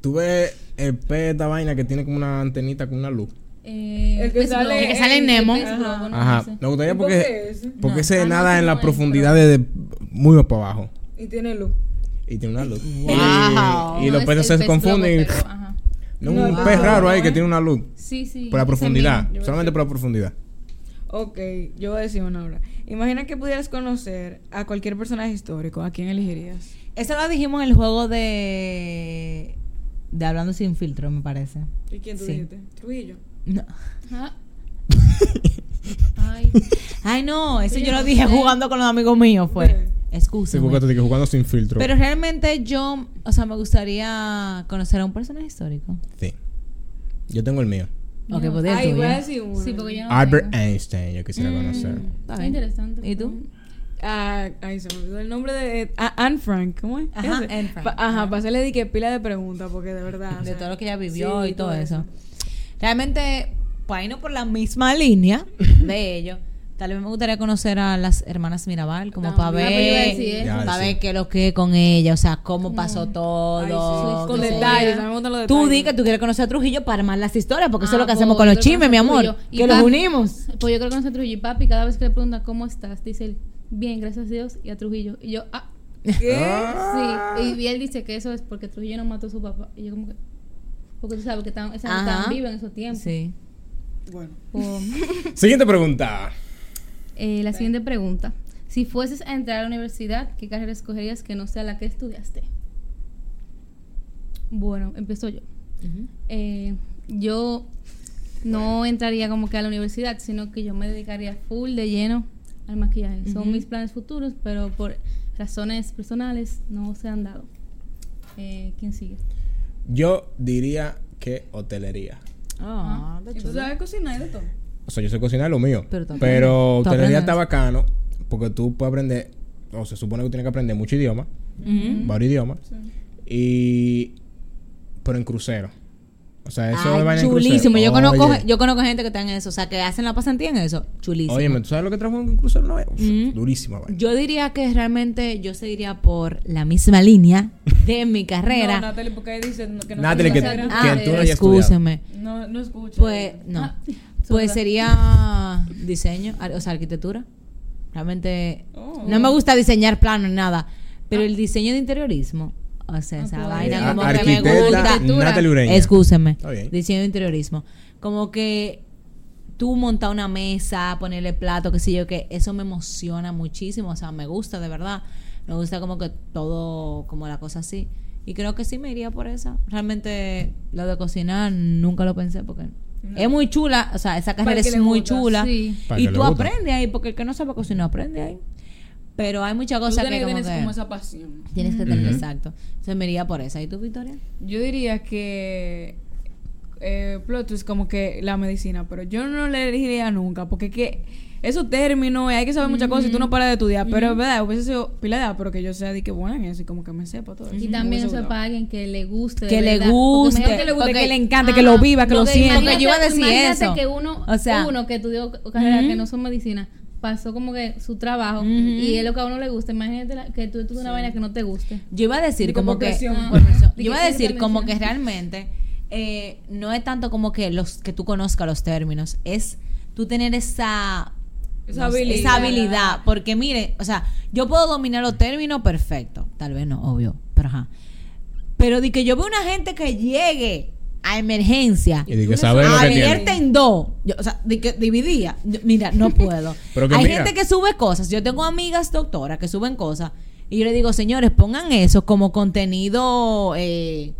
Speaker 3: tuve el pez de esta vaina que tiene como una antenita con una luz.
Speaker 5: Eh,
Speaker 2: El que
Speaker 5: pez
Speaker 2: sale-
Speaker 5: globo.
Speaker 2: el que sale en Nemo.
Speaker 5: El pez globo, no, no
Speaker 3: Ajá.
Speaker 5: sé.
Speaker 3: Me gustaría
Speaker 2: ¿Y por qué
Speaker 3: porque,
Speaker 2: ese?
Speaker 3: porque
Speaker 5: Ah,
Speaker 3: ese
Speaker 5: no,
Speaker 3: nada
Speaker 5: ese
Speaker 3: en
Speaker 5: no
Speaker 3: las
Speaker 5: es,
Speaker 3: profundidades de muy para abajo.
Speaker 2: Y tiene luz.
Speaker 3: Y tiene una luz.
Speaker 1: Wow.
Speaker 3: Y, y
Speaker 5: No
Speaker 3: los
Speaker 5: es
Speaker 3: peces se
Speaker 5: el pez globo,
Speaker 3: confunden. y-
Speaker 5: pero, ajá.
Speaker 3: No,
Speaker 2: No,
Speaker 3: un
Speaker 2: el
Speaker 3: pez
Speaker 2: pez
Speaker 3: raro
Speaker 2: globo,
Speaker 3: ahí que
Speaker 2: ¿eh?
Speaker 3: tiene una luz.
Speaker 5: Sí, sí.
Speaker 3: Por la
Speaker 5: ese
Speaker 3: profundidad.
Speaker 5: mismo.
Speaker 3: Solamente por la profundidad.
Speaker 2: Ok, yo voy a decir una ahora. Imagina que pudieras conocer a cualquier personaje histórico, ¿a quién elegirías?
Speaker 1: Eso lo dijimos en el juego de. de Hablando sin filtro, me parece.
Speaker 2: ¿Y quién tú
Speaker 1: Sí.
Speaker 2: dijiste? Trujillo.
Speaker 1: No.
Speaker 5: Ajá. Ay.
Speaker 1: Ay, no, eso
Speaker 5: Yo
Speaker 1: yo lo
Speaker 5: no
Speaker 1: dije
Speaker 5: sé.
Speaker 1: jugando con los amigos míos, fue.
Speaker 2: Ve.
Speaker 3: Sí,
Speaker 1: Excusa.
Speaker 3: porque te dije jugando sin filtro.
Speaker 1: Pero realmente yo, o sea, me gustaría conocer a un personaje histórico.
Speaker 3: Sí. Yo tengo el mío.
Speaker 1: O que
Speaker 5: no.
Speaker 1: podía
Speaker 2: Ay,
Speaker 1: tuyo.
Speaker 2: voy a decir uno.
Speaker 5: Sí, porque yo no
Speaker 3: Albert
Speaker 5: tengo.
Speaker 3: Einstein, yo quisiera
Speaker 1: Mm.
Speaker 3: conocer.
Speaker 1: Está
Speaker 5: Está
Speaker 1: bien.
Speaker 5: interesante.
Speaker 1: ¿Y tú?
Speaker 2: Ah, ay, se me olvidó el nombre de ah, Anne Frank, ¿cómo es?
Speaker 1: Ajá,
Speaker 2: Ese.
Speaker 1: Anne Frank.
Speaker 2: Pa- ajá, pasarle de que pila de preguntas, porque de verdad. o
Speaker 1: De
Speaker 2: sea,
Speaker 1: todo lo que ella vivió
Speaker 2: sí,
Speaker 1: y todo eso. Realmente, pues ahí no por la misma línea de ellos. Tal vez me gustaría conocer a las hermanas Mirabal, como
Speaker 5: No,
Speaker 1: para
Speaker 5: la película
Speaker 1: ver,
Speaker 5: sí, ¿eh?
Speaker 3: Ya,
Speaker 1: para
Speaker 3: sí.
Speaker 1: ver qué lo que con ella, o sea, cómo pasó todo.
Speaker 2: Con
Speaker 1: qué sé yo.
Speaker 2: detalles, a mí me gustan los
Speaker 1: Tú
Speaker 2: detalles.
Speaker 1: di que tú quieres conocer a Trujillo para armar las historias, porque eso es
Speaker 5: Ah,
Speaker 1: lo que hacemos con
Speaker 5: pues,
Speaker 1: los
Speaker 5: yo creo
Speaker 1: chismes,
Speaker 5: que
Speaker 1: mi
Speaker 5: soy
Speaker 1: amor.
Speaker 5: yo. Y
Speaker 1: Que los
Speaker 5: papi-
Speaker 1: unimos.
Speaker 5: Pues yo creo que no es a Trujillo. Y papi, cada vez que le pregunta cómo estás, dice él, bien, gracias a Dios, y a Trujillo. Y yo, ah,
Speaker 3: Ah.
Speaker 5: sí. Y él dice que eso es porque Trujillo no mató a su papá. Y yo como que, porque tú sabes que tan, esa
Speaker 1: Ajá.
Speaker 5: tan viva en esos tiempos.
Speaker 1: Sí.
Speaker 2: Bueno.
Speaker 5: Por-
Speaker 3: Siguiente pregunta.
Speaker 5: Eh, la siguiente pregunta. Si fueses a entrar a la universidad, ¿qué carrera escogerías que no sea la que estudiaste? Bueno, empiezo yo. Eh, yo no entraría como que a la universidad, sino que yo me dedicaría full de lleno al maquillaje. Son
Speaker 1: Ujú.
Speaker 5: mis planes futuros, pero por razones personales no se han dado. Eh, ¿Quién sigue?
Speaker 3: Yo diría que hotelería.
Speaker 1: Ah,
Speaker 2: ¿Y tú sabes cocinar y de todo?
Speaker 3: O sea, yo sé cocinar lo mío.
Speaker 1: Pero
Speaker 3: Pero,
Speaker 1: tú tú aprendes.
Speaker 3: hotelería está bacano porque tú puedes aprender, o se supone que tienes que aprender mucho idioma,
Speaker 1: Mm-hmm.
Speaker 3: varios idiomas. Y. Pero en crucero. O sea, eso
Speaker 1: Ay,
Speaker 3: de vaina en crucero.
Speaker 1: chulísimo. Yo conozco,
Speaker 3: Oye,
Speaker 1: yo conozco gente que está en eso, o sea, que hacen la pasantía en eso. Chulísimo.
Speaker 3: Óyeme, ¿tú sabes lo que trajo en crucero una vez? Uf,
Speaker 1: Mm.
Speaker 3: Durísima, vaina.
Speaker 1: Yo diría que realmente yo seguiría por la misma línea de mi
Speaker 2: No,
Speaker 1: carrera.
Speaker 2: Natalie, porque ahí dice no- que no
Speaker 3: Natalie, que,
Speaker 2: conoce
Speaker 5: te-
Speaker 2: a
Speaker 5: cocinar.
Speaker 3: que
Speaker 1: ah,
Speaker 3: tú no hayas estudiado.
Speaker 1: escúchame.
Speaker 2: No, Ah, no escucho.
Speaker 1: Pues no. Pues sería diseño, ar- o sea, arquitectura. Realmente
Speaker 2: Oh.
Speaker 1: no me gusta diseñar planos ni nada, pero el diseño de interiorismo, o sea, esa
Speaker 2: Ah,
Speaker 5: pues.
Speaker 1: vaina
Speaker 5: Eh,
Speaker 1: como que me
Speaker 3: Arquitecta
Speaker 1: gusta.
Speaker 5: Arquitectura.
Speaker 3: Natalie Ureña.
Speaker 1: Excúseme.
Speaker 3: Está bien.
Speaker 1: Diseño de interiorismo. Como que tú montar una mesa, ponerle plato, qué sé yo, que eso me emociona muchísimo, o sea, me gusta de verdad. Me gusta como que todo, como la cosa así. Y creo que sí me iría por esa. Realmente lo de cocinar nunca lo pensé porque es muy chula, o sea, esa carrera
Speaker 2: el que
Speaker 1: es
Speaker 2: le
Speaker 1: muy
Speaker 2: gusta,
Speaker 1: chula.
Speaker 5: sí.
Speaker 3: Para el
Speaker 1: Y
Speaker 3: que
Speaker 1: tú
Speaker 3: le gusta.
Speaker 1: aprendes ahí, porque el que no sabe cocinar aprende ahí. Pero hay muchas
Speaker 2: Tú
Speaker 1: cosas que,
Speaker 2: tienes que
Speaker 1: como
Speaker 2: tener
Speaker 1: que
Speaker 2: como esa pasión.
Speaker 1: tienes que tener, exacto. Se me iría por esa. ¿Y tú, Victoria?
Speaker 2: Yo diría que eh, plot twist como que la medicina, pero yo no le elegiría nunca, porque es que esos términos, eh, hay que saber muchas cosas y tú no paras de estudiar, pero es verdad, hubiese sido pila de edad, pero que yo sea de que buena en eso y como que me sepa todo.
Speaker 5: Y también eso es para alguien que le guste. de
Speaker 1: que le
Speaker 5: verdad. Porque
Speaker 1: guste,
Speaker 5: imagínate-
Speaker 1: que le,
Speaker 2: guste, que le
Speaker 1: encante,
Speaker 5: Ah,
Speaker 1: que lo viva, que lo
Speaker 5: porque
Speaker 1: sienta. Porque
Speaker 5: imagínate-
Speaker 1: yo iba a decir
Speaker 5: imagínate
Speaker 1: eso.
Speaker 5: que uno,
Speaker 1: o sea,
Speaker 5: uno que estudió carreras
Speaker 1: Ujú.
Speaker 5: que no son medicina, pasó como que su trabajo
Speaker 1: Ujú.
Speaker 5: y es lo que a uno le gusta. Imagínate la- que tú estudias una vaina que no te guste.
Speaker 1: yo iba a decir
Speaker 2: Digo,
Speaker 1: como
Speaker 2: por
Speaker 1: que
Speaker 2: presión.
Speaker 1: por presión. yo
Speaker 5: Digo,
Speaker 1: iba a
Speaker 5: sí, yo
Speaker 1: decir
Speaker 5: también
Speaker 1: como
Speaker 5: sí.
Speaker 1: que realmente eh, no es tanto como que los que tú conozcas los términos, es tú tener esa
Speaker 2: Esa
Speaker 1: no sé,
Speaker 2: habilidad.
Speaker 1: ah. esa habilidad, porque mire, o sea, yo puedo dominar los términos perfecto, tal vez no, obvio, pero ajá. Pero de que yo veo una gente que llegue a emergencia
Speaker 3: Y de que saber lo que tiene.
Speaker 1: abierta en dos. Yo, o sea, de que dividía. Yo- mira, no puedo.
Speaker 3: Pero que
Speaker 1: Hay
Speaker 3: mira.
Speaker 1: gente que sube cosas. Yo tengo amigas doctoras que suben cosas. Y yo le digo, señores, pongan eso como contenido. eh,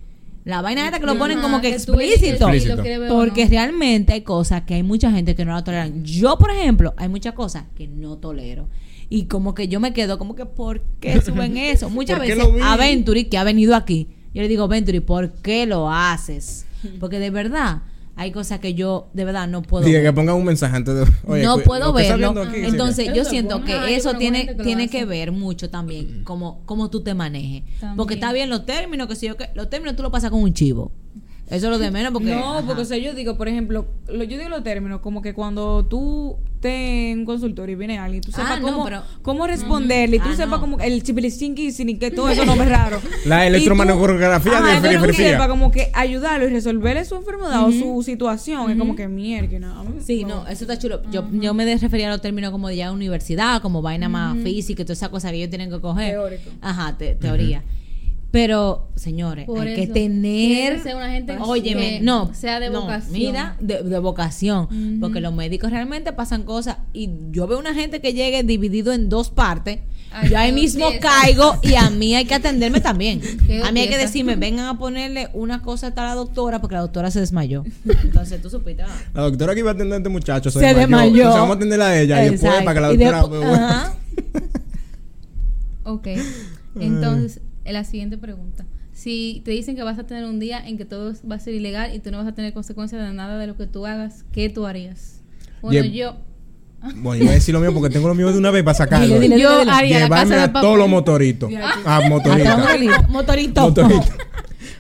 Speaker 1: la vaina esta que lo ponen como que explícito.
Speaker 3: Explícito.
Speaker 1: Porque realmente hay cosas que hay mucha gente que no la toleran. Yo, por ejemplo, hay muchas cosas que no tolero. Y como que yo me quedo como que, ¿por qué suben eso? Muchas
Speaker 3: ¿Por qué
Speaker 1: veces
Speaker 3: lo vi?
Speaker 1: a Venturi, que ha venido aquí, yo le digo, Venturi, ¿por qué lo haces? Porque de verdad, hay cosas que yo de verdad no puedo
Speaker 3: Dije
Speaker 1: ver.
Speaker 3: que pongan un mensaje antes de. Oye,
Speaker 1: no
Speaker 3: cu-
Speaker 1: puedo
Speaker 3: lo que está
Speaker 1: verlo.
Speaker 3: viendo aquí, sí,
Speaker 1: Entonces,
Speaker 5: Eso
Speaker 1: yo
Speaker 5: es
Speaker 1: siento
Speaker 5: bueno.
Speaker 1: que
Speaker 5: Ah, yo
Speaker 1: eso
Speaker 5: conozco
Speaker 1: tiene,
Speaker 5: gente que lo
Speaker 1: tiene
Speaker 5: hace.
Speaker 1: que ver mucho también cómo, cómo tú te manejes.
Speaker 5: También.
Speaker 1: Porque está bien los términos, que si yo que los términos tú lo pasas con un chivo. Eso es lo de menos porque
Speaker 2: no,
Speaker 1: ajá.
Speaker 2: porque o sea, yo digo, por ejemplo, lo- yo digo los términos, como que cuando tú te en un consultorio y viene alguien, tú
Speaker 1: Ah,
Speaker 2: sepas
Speaker 1: no,
Speaker 2: cómo,
Speaker 1: pero-
Speaker 2: cómo responderle, y tú
Speaker 1: Ah,
Speaker 2: sepas
Speaker 1: no.
Speaker 2: como el chipilichinqui y que todo eso no es raro.
Speaker 3: La electromanografía de periferia.
Speaker 2: Para como que ayudarlo y resolverle su enfermedad o su situación, es como que mierda. ¿no? A mí-
Speaker 1: Sí,
Speaker 2: como-
Speaker 1: no, eso está chulo. Yo, yo me de- refería a los términos como de ya universidad, como vaina más física y todas esas cosas que ellos tienen que coger.
Speaker 2: Teórico.
Speaker 1: Ajá, te- teoría. Pero, señores,
Speaker 5: Por
Speaker 1: hay que
Speaker 5: eso, tiene
Speaker 1: tener.
Speaker 5: que ser una gente
Speaker 1: óyeme,
Speaker 5: que
Speaker 1: no.
Speaker 5: sea de
Speaker 1: no,
Speaker 5: vocación.
Speaker 1: mira, de, de vocación. Porque los médicos realmente pasan cosas. Y yo veo una gente que llegue dividido en dos partes.
Speaker 5: Ay,
Speaker 1: yo ahí
Speaker 5: qué
Speaker 1: mismo
Speaker 5: belleza.
Speaker 1: caigo y a mí hay que atenderme también.
Speaker 5: Qué
Speaker 1: A mí hay que
Speaker 5: belleza.
Speaker 1: decirme, vengan a ponerle una cosa a la doctora porque la doctora se desmayó. Entonces tú supiste. ah.
Speaker 3: La doctora que iba a atender a este muchacho se,
Speaker 1: Se desmayó.
Speaker 3: Entonces vamos a atender a ella y después
Speaker 1: Exacto.
Speaker 3: para que la
Speaker 1: Y
Speaker 3: doctora.
Speaker 1: después- ajá.
Speaker 5: Ok. Entonces, eh, la siguiente pregunta. Si te dicen que vas a tener un día en que todo va a ser ilegal y tú no vas a tener consecuencias de nada de lo que tú hagas, ¿qué tú harías? Bueno,
Speaker 3: Lle-
Speaker 5: yo...
Speaker 3: Bueno, yo voy a decir lo mío porque tengo lo mío de una vez para sacarlo.
Speaker 1: Dile, dile,
Speaker 5: Yo
Speaker 1: dile.
Speaker 5: haría la
Speaker 3: Llevarme
Speaker 5: casa de
Speaker 3: a todos Ah,
Speaker 5: papel.
Speaker 3: los motoritos. A motoritas.
Speaker 1: Motorito.
Speaker 3: Motoritos.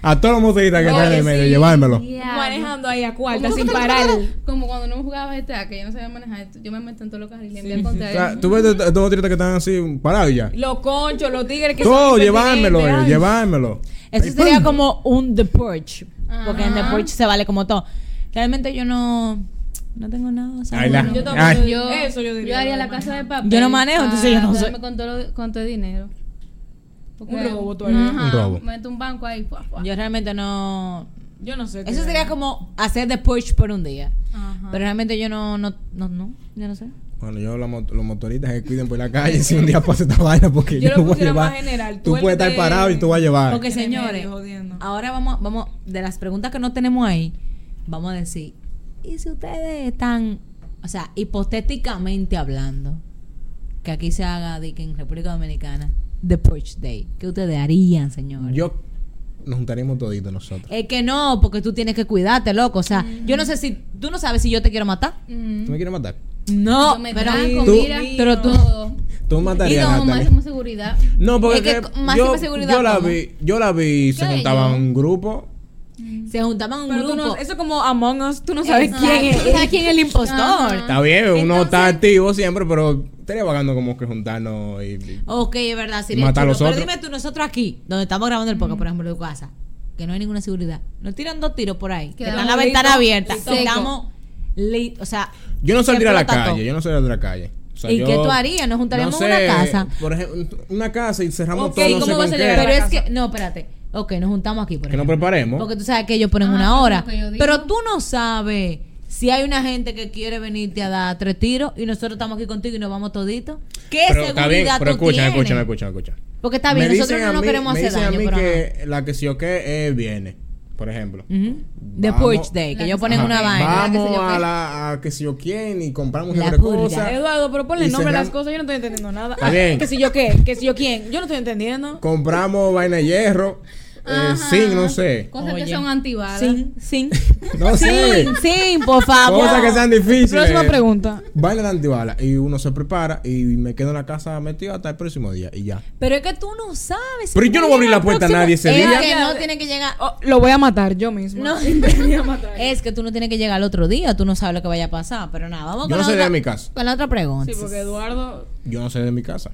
Speaker 3: A todos los motoristas que están en el medio, llevármelo.
Speaker 2: Manejando ahí a cuarta sin parar.
Speaker 5: Como cuando no jugaba GTA, que yo no sabía manejar, yo me metí en todos los carriles. y me iba
Speaker 3: O
Speaker 5: contra
Speaker 3: sea,
Speaker 5: él.
Speaker 3: tú ves estos estos motoristas que están así parados ya.
Speaker 2: Los conchos, los tigres que
Speaker 3: Todo,
Speaker 2: son
Speaker 3: llevármelo, eh,
Speaker 2: impertinentes.
Speaker 3: llevármelo.
Speaker 1: Eso sería como un The Purge. Porque en The
Speaker 5: Ajá.
Speaker 1: Purge se vale como todo. Realmente yo no. No tengo nada. o sea,
Speaker 3: Ay,
Speaker 1: no-
Speaker 3: la-
Speaker 2: Yo tampoco
Speaker 3: Ay.
Speaker 2: soy-
Speaker 5: Yo,
Speaker 2: Eso yo diría,
Speaker 5: haría
Speaker 2: no
Speaker 5: la
Speaker 2: lo
Speaker 5: casa de
Speaker 2: manejo.
Speaker 5: papel.
Speaker 1: Yo no manejo, entonces yo no
Speaker 5: para
Speaker 1: sé.
Speaker 5: quedarme Con todo, lo- con todo el dinero.
Speaker 2: Un robo, tú harías.
Speaker 5: Ajá,
Speaker 3: Un robo.
Speaker 5: Meto un banco ahí. fuá, fuá.
Speaker 1: Yo realmente no.
Speaker 2: Yo no sé.
Speaker 1: Eso
Speaker 2: qué-
Speaker 1: sería como hacer The Purge por un día.
Speaker 5: Ajá.
Speaker 1: Pero realmente yo no. No, no, no yo no sé.
Speaker 3: Bueno, yo la mot- los motoristas que cuiden por la calle si un día pasa esta vaina porque yo,
Speaker 2: Yo lo
Speaker 3: no voy a
Speaker 2: pusiera más
Speaker 3: llevar.
Speaker 2: general,
Speaker 3: tú
Speaker 2: tú el
Speaker 3: puedes estar
Speaker 2: de-
Speaker 3: parado y tú vas a llevar.
Speaker 1: Porque
Speaker 2: en el medio,
Speaker 1: señores,
Speaker 2: jodiendo.
Speaker 1: ahora vamos, vamos, de las preguntas que no tenemos ahí, vamos a decir, ¿y si ustedes están, o sea, hipotéticamente hablando, que aquí se haga de que en República Dominicana, The Purge Day, ¿qué ustedes harían, señores?
Speaker 3: Yo nos juntaríamos toditos nosotros.
Speaker 1: Es que no, porque tú tienes que cuidarte, loco. O sea, yo no sé si, tú no sabes si yo te quiero matar.
Speaker 3: ¿Tú me quieres matar?
Speaker 1: No,
Speaker 5: Mm. Yo me
Speaker 1: pero
Speaker 5: tranco,
Speaker 3: Tú-
Speaker 5: mira,
Speaker 1: pero tú-
Speaker 5: todo.
Speaker 3: Tú me
Speaker 5: Y
Speaker 3: matarías.
Speaker 5: no,
Speaker 3: Natalie.
Speaker 5: máxima seguridad.
Speaker 3: No, porque
Speaker 1: Es que
Speaker 3: que
Speaker 1: con máxima
Speaker 3: yo,
Speaker 1: seguridad,
Speaker 3: yo la
Speaker 1: ¿cómo?
Speaker 3: vi, yo la vi, se
Speaker 5: ¿Qué?
Speaker 3: juntaba
Speaker 5: Yo.
Speaker 3: un grupo.
Speaker 1: se juntaban un
Speaker 2: Pero tú
Speaker 1: grupo.
Speaker 2: no- eso es como Among Us, tú no sabes quién es.
Speaker 1: Tú sabes quién es el impostor.
Speaker 3: Está bien, uno está activo siempre, pero estaría vagando como que juntarnos y, y-
Speaker 1: Ok, es verdad, sería
Speaker 3: Mata a
Speaker 1: chulo.
Speaker 3: los
Speaker 1: Pero
Speaker 3: otros.
Speaker 1: dime tú, nosotros aquí, donde estamos grabando el podcast, por ejemplo, de tu casa, que no hay ninguna seguridad, nos tiran dos tiros por ahí, que
Speaker 5: Quedamos
Speaker 1: están la
Speaker 5: listos,
Speaker 1: ventana abierta,
Speaker 5: seco.
Speaker 1: estamos lit- o sea,
Speaker 3: Yo no
Speaker 1: se
Speaker 3: saldría a la
Speaker 1: explota
Speaker 3: calle,
Speaker 1: todo.
Speaker 3: yo no saldría a la calle. O sea,
Speaker 1: ¿Y
Speaker 3: yo-
Speaker 1: qué tú harías? ¿Nos juntaríamos en una casa?
Speaker 3: Por ejemplo, una casa y cerramos
Speaker 2: Ok,
Speaker 3: todo. No
Speaker 2: ¿cómo
Speaker 3: sé
Speaker 2: va a
Speaker 3: con
Speaker 2: ser
Speaker 3: qué.
Speaker 2: la-
Speaker 1: Pero
Speaker 2: la
Speaker 1: es
Speaker 2: casa.
Speaker 1: que, no, espérate, ok, nos juntamos aquí, por
Speaker 3: Que nos
Speaker 1: ejemplo.
Speaker 3: preparemos.
Speaker 1: Porque tú sabes que ellos ponen
Speaker 5: Ah,
Speaker 1: una hora,
Speaker 5: eso es lo que yo digo.
Speaker 1: pero tú no sabes si hay una gente que quiere venirte a dar tres tiros y nosotros estamos aquí contigo y nos vamos toditos. ¿Qué
Speaker 3: pero
Speaker 1: seguridad
Speaker 3: está bien, pero
Speaker 1: tú
Speaker 3: escúchame,
Speaker 1: tienes?
Speaker 3: escúchame, escúchame, escúchame.
Speaker 1: Porque está bien,
Speaker 3: Me
Speaker 1: nosotros
Speaker 3: dicen
Speaker 1: no
Speaker 3: a
Speaker 1: nos
Speaker 3: mí-
Speaker 1: queremos
Speaker 3: Me
Speaker 1: hacer
Speaker 3: dicen
Speaker 1: daño,
Speaker 3: a mí
Speaker 1: pero ajá.
Speaker 3: que la que sí o que eh, viene, por ejemplo.
Speaker 1: Ujú. The
Speaker 3: Vamos-
Speaker 1: Porch Day, que
Speaker 5: La
Speaker 1: ellos
Speaker 5: que
Speaker 1: ponen
Speaker 3: Ajá.
Speaker 1: una vaina.
Speaker 5: que
Speaker 3: Vamos
Speaker 5: sé yo
Speaker 3: a
Speaker 5: qué.
Speaker 3: la a que si yo quién y compramos
Speaker 1: La
Speaker 3: una
Speaker 1: purga.
Speaker 3: cosa.
Speaker 2: Eduardo, pero ponle
Speaker 3: Y
Speaker 2: el nombre a las
Speaker 3: cerramos-
Speaker 2: cosas, yo no estoy entendiendo nada.
Speaker 3: Está bien.
Speaker 2: Que si yo qué, que si yo quién, yo no estoy entendiendo.
Speaker 3: Compramos vaina de hierro, eh,
Speaker 5: Ajá.
Speaker 3: zinc, no sé.
Speaker 5: Cosas que
Speaker 1: Oye.
Speaker 5: son antibalas.
Speaker 1: Sin, sin.
Speaker 3: No sé.
Speaker 1: Sin, sin, por favor.
Speaker 3: Cosas que sean difíciles.
Speaker 2: Próxima pregunta.
Speaker 3: Vaina de antibalas y uno se prepara y me quedo en la casa metido hasta el próximo día y ya.
Speaker 1: Pero es que tú no sabes.
Speaker 3: Pero yo no voy a abrir la puerta a nadie ese
Speaker 1: Es
Speaker 3: día.
Speaker 1: que no tiene que llegar.
Speaker 2: Oh, lo voy a matar yo mismo. Eh,
Speaker 1: No. Es que tú no tienes que llegar al otro día. Tú no sabes lo que vaya a pasar. Pero nada, vamos
Speaker 3: Yo no
Speaker 1: con la
Speaker 3: sería
Speaker 1: otra-
Speaker 3: mi caso.
Speaker 1: Con la otra pregunta.
Speaker 2: Sí, porque Eduardo.
Speaker 3: Yo no sé de mi casa.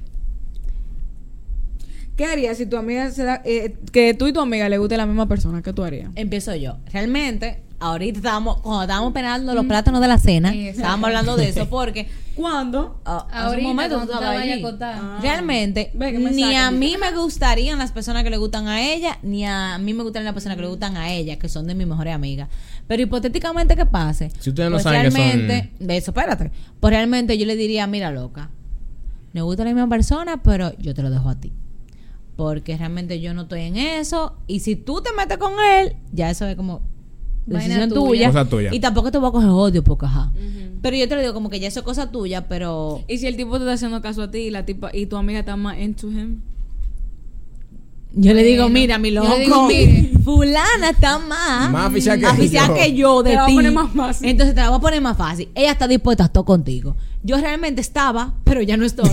Speaker 2: ¿Qué harías si tu amiga se da. eh, que tú y tu amiga le guste la misma persona? ¿Qué tú harías?
Speaker 1: Empiezo yo. Realmente, ahorita estábamos, cuando estábamos penando los plátanos de la cena,
Speaker 5: Mm. Exacto.
Speaker 1: estábamos hablando de eso porque
Speaker 2: ¿Cuándo?
Speaker 1: Ah, hace
Speaker 5: Ahorita,
Speaker 1: un momento tú
Speaker 5: cuando tú te
Speaker 1: estabas
Speaker 5: vayas a
Speaker 1: allí.
Speaker 5: acotar.
Speaker 1: Ah. Realmente,
Speaker 2: Ve que me
Speaker 1: ni
Speaker 2: sacan.
Speaker 1: a mí me gustarían las personas que le gustan a ella, ni a mí me gustan las personas que le gustan a ella, que son de mis mejores amigas. Pero hipotéticamente que pase.
Speaker 3: Si ustedes no saben que son-
Speaker 1: realmente- De eso, espérate. Pues realmente yo le diría, mira, loca, me gusta la misma persona, pero yo te lo dejo a ti. Porque realmente yo no estoy en eso. Y si tú te metes con él, ya eso es como
Speaker 5: Vaina
Speaker 1: decisión
Speaker 5: tuya.
Speaker 1: tuya.
Speaker 3: Cosa tuya.
Speaker 1: Y tampoco te voy a coger odio, porque ajá. Pero yo te lo digo como que ya eso es cosa tuya, pero
Speaker 2: Y si el tipo te está haciendo caso a ti y la tipa y tu amiga está más into him.
Speaker 1: Yo le
Speaker 5: Bueno,
Speaker 1: digo, mira, mi
Speaker 5: yo
Speaker 1: loco,
Speaker 5: le digo, mire.
Speaker 1: fulana está más,
Speaker 3: Más aficionada que
Speaker 1: aficionada
Speaker 3: yo.
Speaker 1: que yo de
Speaker 2: Te la voy
Speaker 1: ti.
Speaker 2: a poner más fácil.
Speaker 1: Entonces te la voy a poner más fácil. Ella está dispuesta a estar contigo. Yo realmente estaba, pero ya no estoy.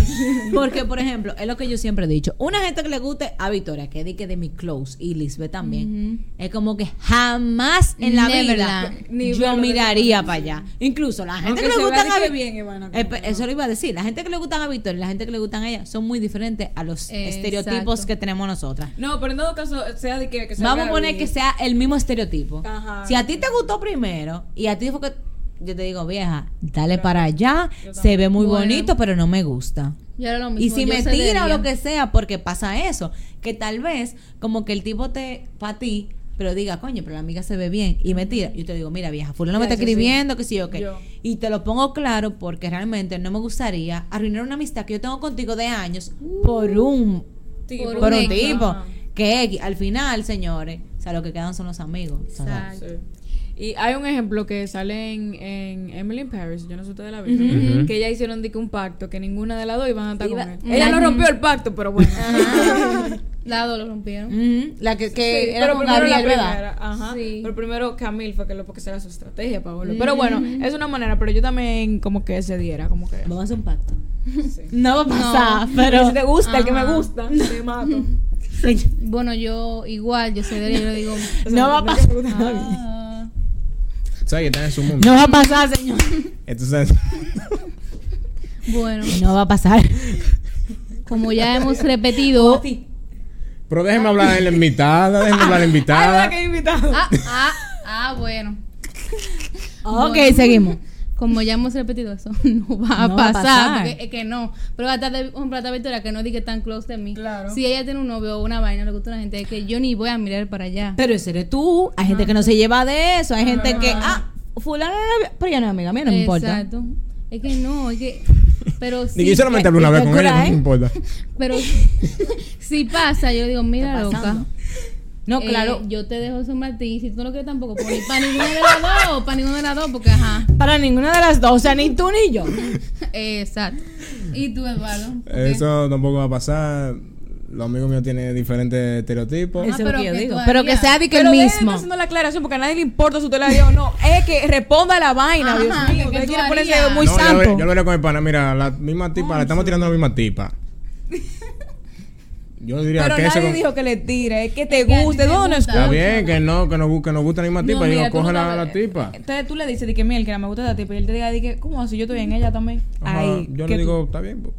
Speaker 1: Porque, por ejemplo, es lo que yo siempre he dicho. Una gente que le guste a Victoria, que di que de mi close y Lisbeth también, es como que jamás en la vida
Speaker 5: Neverland.
Speaker 2: Ni
Speaker 1: yo
Speaker 2: verlo de
Speaker 1: miraría
Speaker 2: cerca,
Speaker 1: para allá. Incluso la gente
Speaker 2: Aunque
Speaker 1: que le
Speaker 2: se vea
Speaker 1: gustan
Speaker 2: de
Speaker 1: a
Speaker 2: que
Speaker 1: Vi-
Speaker 2: bien, Ivana,
Speaker 1: Eh,
Speaker 2: como
Speaker 1: pe- Eso lo iba a decir. La gente que le gustan a Victoria y la gente que le gustan a ella son muy diferentes a los
Speaker 5: Exacto.
Speaker 1: estereotipos que tenemos nosotras.
Speaker 2: No, pero en todo caso, sea de que, que sea
Speaker 1: Vamos a poner
Speaker 2: Gaby.
Speaker 1: que sea el mismo estereotipo.
Speaker 2: Ajá.
Speaker 1: Si a ti te gustó primero y a ti fue que yo te digo, vieja, dale para allá, se ve muy
Speaker 5: Bueno.
Speaker 1: bonito, pero no me gusta.
Speaker 5: Yo era lo mismo.
Speaker 1: Y si
Speaker 5: yo
Speaker 1: me
Speaker 5: cedería.
Speaker 1: tira o lo que sea, porque pasa eso, que tal vez como que el tipo te para ti, pero diga, coño, pero la amiga se ve bien y me tira. Yo te digo, mira, vieja, fulano me está
Speaker 2: Ya, eso sí.
Speaker 1: escribiendo, que sí o qué.
Speaker 2: Yo.
Speaker 1: Y te lo pongo claro porque realmente no me gustaría arruinar una amistad que yo tengo contigo de años
Speaker 5: Uh.
Speaker 1: por un
Speaker 2: Sí,
Speaker 5: Por
Speaker 2: por
Speaker 1: por
Speaker 5: un
Speaker 1: un
Speaker 5: X.
Speaker 1: tipo.
Speaker 2: Ajá.
Speaker 1: Que X. al final, señores, o sea, lo que quedan son los amigos. O sea,
Speaker 5: Exacto.
Speaker 2: Y hay un ejemplo que sale en, en Emily in Paris, yo no sé ustedes la vieron, que ellas hicieron de que un pacto, que ninguna de las dos iban a estar
Speaker 1: Iba-
Speaker 2: con él. Ella no
Speaker 5: Ujú.
Speaker 2: rompió el pacto, pero bueno.
Speaker 5: Lado lo rompieron.
Speaker 1: ujú, La que, que
Speaker 2: Sí,
Speaker 1: era
Speaker 2: pero
Speaker 1: con
Speaker 2: primero la
Speaker 1: Gabriel, ¿verdad?
Speaker 2: primera, Ajá.
Speaker 5: Sí.
Speaker 2: Pero primero Camil fue que lo porque esa era su estrategia para volver. Pero bueno, es una manera, pero yo también como que se diera, como que.
Speaker 1: Vamos a hacer un pacto.
Speaker 2: Sí.
Speaker 1: No va a pasar,
Speaker 2: Pero
Speaker 1: pero.
Speaker 2: si te gusta, el que me
Speaker 5: Ajá.
Speaker 2: gusta, te mato.
Speaker 5: Bueno, yo igual, yo soy de él, yo le digo.
Speaker 1: No va a pasar.
Speaker 5: "Ah".
Speaker 3: ¿Sabes que están en su mundo?
Speaker 1: No va a pasar, señor.
Speaker 3: Entonces,
Speaker 5: Bueno,
Speaker 1: No va a pasar.
Speaker 5: como ya hemos repetido.
Speaker 3: pero déjeme hablar en la invitada, déjeme hablar a la invitada.
Speaker 5: Ah, ah, ah, bueno.
Speaker 1: Ok,
Speaker 5: Bueno.
Speaker 1: seguimos.
Speaker 5: Como ya hemos repetido eso, no va a
Speaker 1: No va a
Speaker 5: pasar.
Speaker 1: pasar.
Speaker 5: porque es que no. Pero hasta de un plata Victoria que no diga tan close de mí.
Speaker 2: Claro.
Speaker 5: Si ella tiene un novio o una vaina, le gusta a una gente, es que yo ni voy a mirar para allá.
Speaker 1: Pero ese eres tú. Hay gente que no se lleva de eso. Hay gente que, ah, fulano no era- Pero ya no es amiga mía, no me importa.
Speaker 5: Exacto. Es que no, es que. Pero sí.
Speaker 3: Ni que yo solamente hablé una
Speaker 1: ¿Qué
Speaker 3: vez con
Speaker 1: cura,
Speaker 3: ella, no
Speaker 1: eh?
Speaker 3: me importa.
Speaker 5: Pero si pasa, yo le digo, mira,
Speaker 1: Está
Speaker 5: loca.
Speaker 1: pasando. No,
Speaker 5: eh,
Speaker 1: claro.
Speaker 5: yo te dejo eso a ti. Si tú no lo quieres tampoco, pues, ni para ninguna de las dos. Para ninguna de las dos, porque ajá.
Speaker 1: Para ninguna de las dos, o sea, ni tú ni yo.
Speaker 5: Ah, Exacto. ¿Y tú, Eduardo? ¿Por qué?
Speaker 3: Eso tampoco va a pasar. Los amigos míos tienen diferentes estereotipos.
Speaker 1: Eso es
Speaker 5: pero
Speaker 1: lo que yo
Speaker 5: que
Speaker 1: digo.
Speaker 5: tú
Speaker 1: Pero que
Speaker 5: harías.
Speaker 1: sea de que el
Speaker 2: Pero mismo.
Speaker 1: mismo.
Speaker 2: está haciendo la aclaración porque a nadie le importa si usted la dio o no. Es que responda la vaina,
Speaker 5: Ajá,
Speaker 2: Dios mío.
Speaker 5: que
Speaker 2: Usted
Speaker 5: tú
Speaker 2: quiere ponerse
Speaker 5: harías.
Speaker 2: muy
Speaker 3: No, yo
Speaker 2: santo.
Speaker 3: lo- Yo lo hablé con el pana. Mira, la misma tipa, le estamos tirando a la misma tipa. Yo diría
Speaker 2: Pero
Speaker 3: que
Speaker 2: nadie
Speaker 3: ese con-
Speaker 2: dijo que le tire, es que te
Speaker 5: que a ti
Speaker 2: guste,
Speaker 5: te
Speaker 2: no, no es
Speaker 5: gusta.
Speaker 3: Está bien, que no, que nos, gu- que nos gusta la misma tipa. yo
Speaker 5: mira,
Speaker 3: digo,
Speaker 5: tú no
Speaker 3: coge la,
Speaker 5: sabes.
Speaker 3: la tipa.
Speaker 2: Entonces tú le dices, de que mira, el que no me gusta de ti, pero él te diga, de que, ¿cómo así? Yo estoy en ella también.
Speaker 3: Ajá,
Speaker 2: Ahí.
Speaker 3: yo
Speaker 2: que
Speaker 3: le
Speaker 2: tú-
Speaker 3: digo, está bien. pues.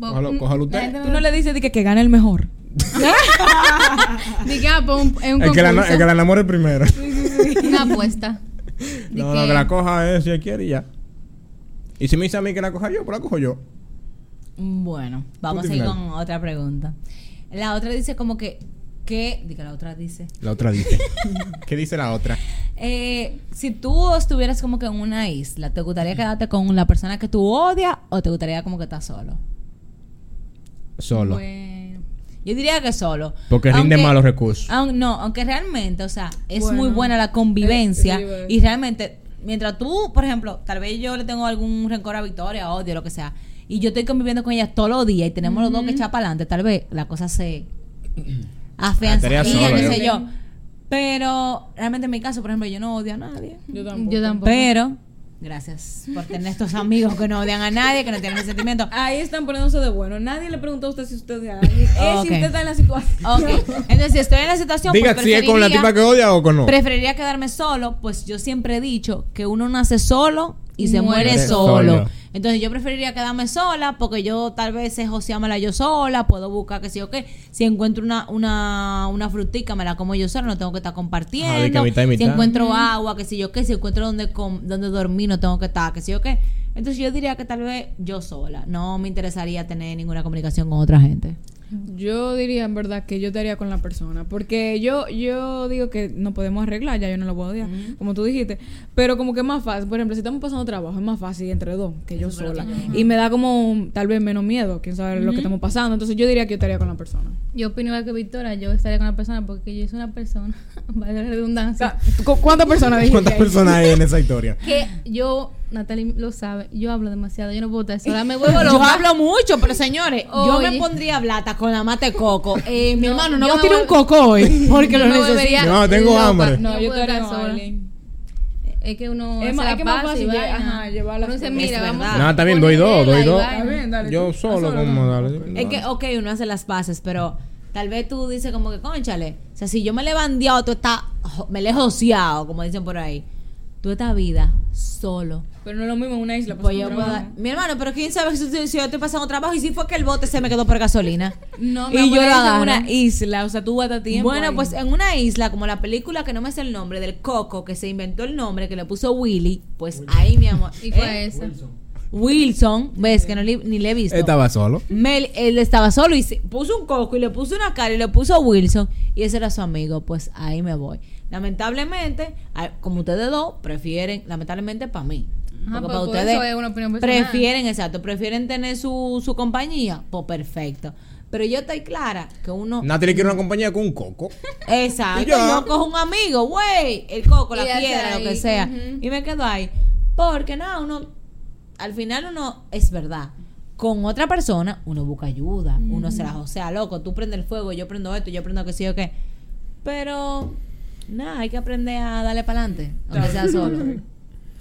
Speaker 3: Cójalo- cójalo usted.
Speaker 5: La gente
Speaker 2: Tú no le dices, de que, que gane el mejor.
Speaker 5: Diga, pues, un- es un
Speaker 3: El que, la,
Speaker 5: concurso,
Speaker 3: el que la enamore primero.
Speaker 5: una apuesta. Di
Speaker 3: no, no,
Speaker 5: que-
Speaker 3: que la coja él si él quiere y ya. Y si me dice a mí que la coja yo, pues la cojo yo.
Speaker 1: Bueno, vamos a
Speaker 3: Punto
Speaker 1: ir
Speaker 3: final.
Speaker 1: con otra pregunta. La otra dice como que, ¿qué? Digo, la otra dice.
Speaker 3: La otra dice. ¿Qué dice la otra?
Speaker 1: eh, si tú estuvieras como que en una isla, ¿te gustaría quedarte con la persona que tú odias o te gustaría como que estás solo?
Speaker 3: Solo.
Speaker 5: Bueno.
Speaker 1: Yo diría que solo.
Speaker 3: porque rinde
Speaker 1: Aunque-
Speaker 3: malos recursos.
Speaker 1: aun- no, aunque realmente, o sea, es muy
Speaker 2: Bueno.
Speaker 1: buena la convivencia
Speaker 2: Eh, eh,
Speaker 1: y realmente, mientras tú, por ejemplo, tal vez yo le tengo algún rencor a Victoria, odio, lo que sea, y yo estoy conviviendo con ella todos los días y tenemos los dos que echar para adelante, tal vez la cosa se afianza,
Speaker 3: Estaría
Speaker 1: y
Speaker 3: solo,
Speaker 1: no
Speaker 3: yo.
Speaker 1: sé yo. Pero realmente en mi caso, por ejemplo, yo no odio a nadie.
Speaker 2: Yo
Speaker 5: Yo tampoco.
Speaker 1: Pero, gracias por tener estos amigos que no odian a nadie, que no tienen sentimientos.
Speaker 2: Ahí están poniéndose de bueno. Nadie le preguntó a usted si usted gana. Es
Speaker 1: Ok.
Speaker 2: si usted está en la situación.
Speaker 1: Ok, entonces si estoy en la situación...
Speaker 3: Diga
Speaker 1: pues,
Speaker 3: si es con la
Speaker 1: preferiría-
Speaker 3: tipa que odia o con no.
Speaker 1: Preferiría quedarme solo, pues yo siempre he dicho que uno nace solo y se
Speaker 5: Muere
Speaker 1: muere,
Speaker 3: solo.
Speaker 1: solo. Entonces yo preferiría quedarme sola porque yo tal vez es joseármela yo sola, puedo buscar que sí o qué. Si encuentro una, una, una frutica, me la como yo sola, no tengo que estar compartiendo.
Speaker 3: Ajá, de que mitad y mitad.
Speaker 1: Si encuentro agua, que sí yo qué, si encuentro donde, com- donde dormir, no tengo que estar, que sí o qué. Entonces yo diría que tal vez yo sola. No me interesaría tener ninguna comunicación con otra gente.
Speaker 2: Yo diría en verdad que yo te haría con la persona, porque yo yo digo que no podemos arreglar, ya yo no lo puedo odiar, como tú dijiste, pero como que es más fácil, por ejemplo, si estamos pasando trabajo, es más fácil entre dos que yo sola, y me da como un- tal vez menos miedo, quién sabe lo que estamos pasando, entonces yo diría que yo te haría con la persona.
Speaker 5: Yo opino igual que Victoria, yo estaría con la persona porque yo soy una persona, valga la
Speaker 2: O
Speaker 5: redundancia,
Speaker 2: sea, ¿cu- ¿cuántas personas dijiste?
Speaker 3: ¿Cuántas
Speaker 2: ahí?
Speaker 3: personas hay en esa historia?
Speaker 5: que yo, Natalie lo sabe, yo hablo demasiado, yo no puedo estar sola, me vuelvo
Speaker 1: Yo
Speaker 5: loca.
Speaker 1: hablo mucho, pero señores, yo
Speaker 5: Oye.
Speaker 1: me pondría blata con la mate coco. Eh, mi
Speaker 5: No,
Speaker 1: hermano, no
Speaker 5: yo
Speaker 1: va a
Speaker 5: me
Speaker 1: tirar un
Speaker 5: vuelvo-
Speaker 1: coco hoy, porque
Speaker 5: Yo
Speaker 1: lo
Speaker 5: me
Speaker 1: necesito.
Speaker 5: volvería
Speaker 3: No, tengo
Speaker 5: loca,
Speaker 3: hambre.
Speaker 2: No, yo te
Speaker 5: puedo
Speaker 2: haría
Speaker 5: estar
Speaker 2: con
Speaker 5: sola.
Speaker 2: alguien.
Speaker 5: Es que uno
Speaker 2: Es más-
Speaker 5: se
Speaker 2: es que
Speaker 5: la
Speaker 2: más
Speaker 5: pasa y
Speaker 2: fácil lle-
Speaker 5: vaina.
Speaker 2: ajá, llevarla
Speaker 5: Uno dice,
Speaker 2: sola.
Speaker 5: mira,
Speaker 1: Es
Speaker 5: vamos
Speaker 1: verdad.
Speaker 5: a
Speaker 3: Nada, está bien, doy
Speaker 5: ponerla
Speaker 3: dos, doy
Speaker 5: y
Speaker 3: dos.
Speaker 5: vaina.
Speaker 2: Está bien, dale,
Speaker 3: Yo
Speaker 2: tú-
Speaker 3: solo,
Speaker 2: ah,
Speaker 3: como
Speaker 2: no.
Speaker 3: dale.
Speaker 1: Es que, ok, uno hace las paces, pero tal vez tú dices como que, conchale, o sea, si yo me le he bandeado, tú estás, jo- me le he joseado, como dicen por ahí. Tú esta vida solo.
Speaker 2: Pero no es lo mismo en una isla,
Speaker 1: Pues
Speaker 2: pasando
Speaker 1: yo puedo
Speaker 2: trabajo.
Speaker 1: dar- Mi hermano, pero quién sabe si, si yo estoy pasando trabajo y si fue que el bote se me quedó por gasolina.
Speaker 2: No,
Speaker 1: Y
Speaker 2: mi
Speaker 1: yo
Speaker 2: amor,
Speaker 1: lo
Speaker 2: es en
Speaker 1: agarro.
Speaker 2: una isla, o sea, tú vas a tiempo.
Speaker 1: Bueno,
Speaker 2: ahí.
Speaker 1: pues en una isla, como la película que no me sé el nombre, del coco, que se inventó el nombre, que le puso Willy, pues ahí, mi amor.
Speaker 5: ¿Y cuál
Speaker 1: ¿Eh?
Speaker 5: es esa?
Speaker 1: Wilson, ves que no li- ni le he visto.
Speaker 3: Estaba solo.
Speaker 1: Mel, él estaba solo y se puso un coco y le puso una cara y le puso Wilson y ese era su amigo, pues ahí me voy. Lamentablemente, a- como ustedes dos prefieren, lamentablemente para mí, porque
Speaker 5: Ajá, pero
Speaker 1: para
Speaker 5: Ah, pues por
Speaker 1: ustedes
Speaker 5: eso es una opinión personal.
Speaker 1: prefieren, exacto, prefieren tener su, su compañía, pues perfecto. Pero yo estoy clara que uno...
Speaker 3: Natalie quiere una compañía con un coco.
Speaker 1: Exacto.
Speaker 3: Y ya.
Speaker 1: Yo cojo un amigo, güey, el coco,
Speaker 5: Y
Speaker 1: la
Speaker 5: ya está
Speaker 1: piedra, lo que
Speaker 5: ahí,
Speaker 1: sea.
Speaker 5: ujú.
Speaker 1: Y me quedo ahí. Porque nada, uno, al final uno, es verdad, con otra persona uno busca ayuda, uno se la, o sea, loco, tú prende el fuego, yo prendo esto, yo prendo que sí o qué. Pero, nada, hay que aprender a darle para adelante, aunque sea solo.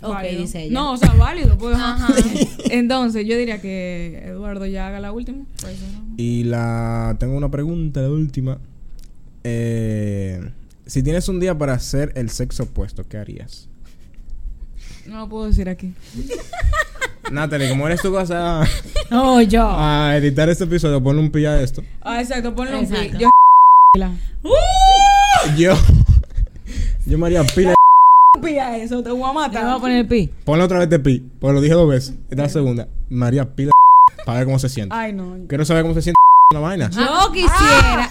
Speaker 1: Ok,
Speaker 2: Válido.
Speaker 1: dice ella.
Speaker 2: No, o sea, válido, pues. ajá.
Speaker 5: Ajá.
Speaker 2: Entonces, yo diría que Eduardo ya haga la última. Pues, ¿no?
Speaker 3: Y la tengo una pregunta, la última. Eh, si tienes un día para hacer el sexo opuesto, ¿qué harías?
Speaker 2: No lo puedo decir aquí.
Speaker 3: Natalie, como eres tú vas a,
Speaker 1: No, yo.
Speaker 3: a editar este episodio, ponle un pilla de esto.
Speaker 2: Ah, exacto, ponle un
Speaker 7: Exacto.
Speaker 2: pi. Yo
Speaker 3: Yo, yo me haría pila. de-
Speaker 2: pi a eso, te voy a
Speaker 1: Te voy a
Speaker 2: matar.
Speaker 1: poner el pi.
Speaker 3: Ponle otra vez de pi, porque lo dije dos veces. Esta es la segunda. Me haría pila de para ver cómo se siente.
Speaker 2: Ay, no.
Speaker 3: Quiero saber cómo se siente la vaina.
Speaker 1: Yo
Speaker 5: Ah.
Speaker 1: quisiera.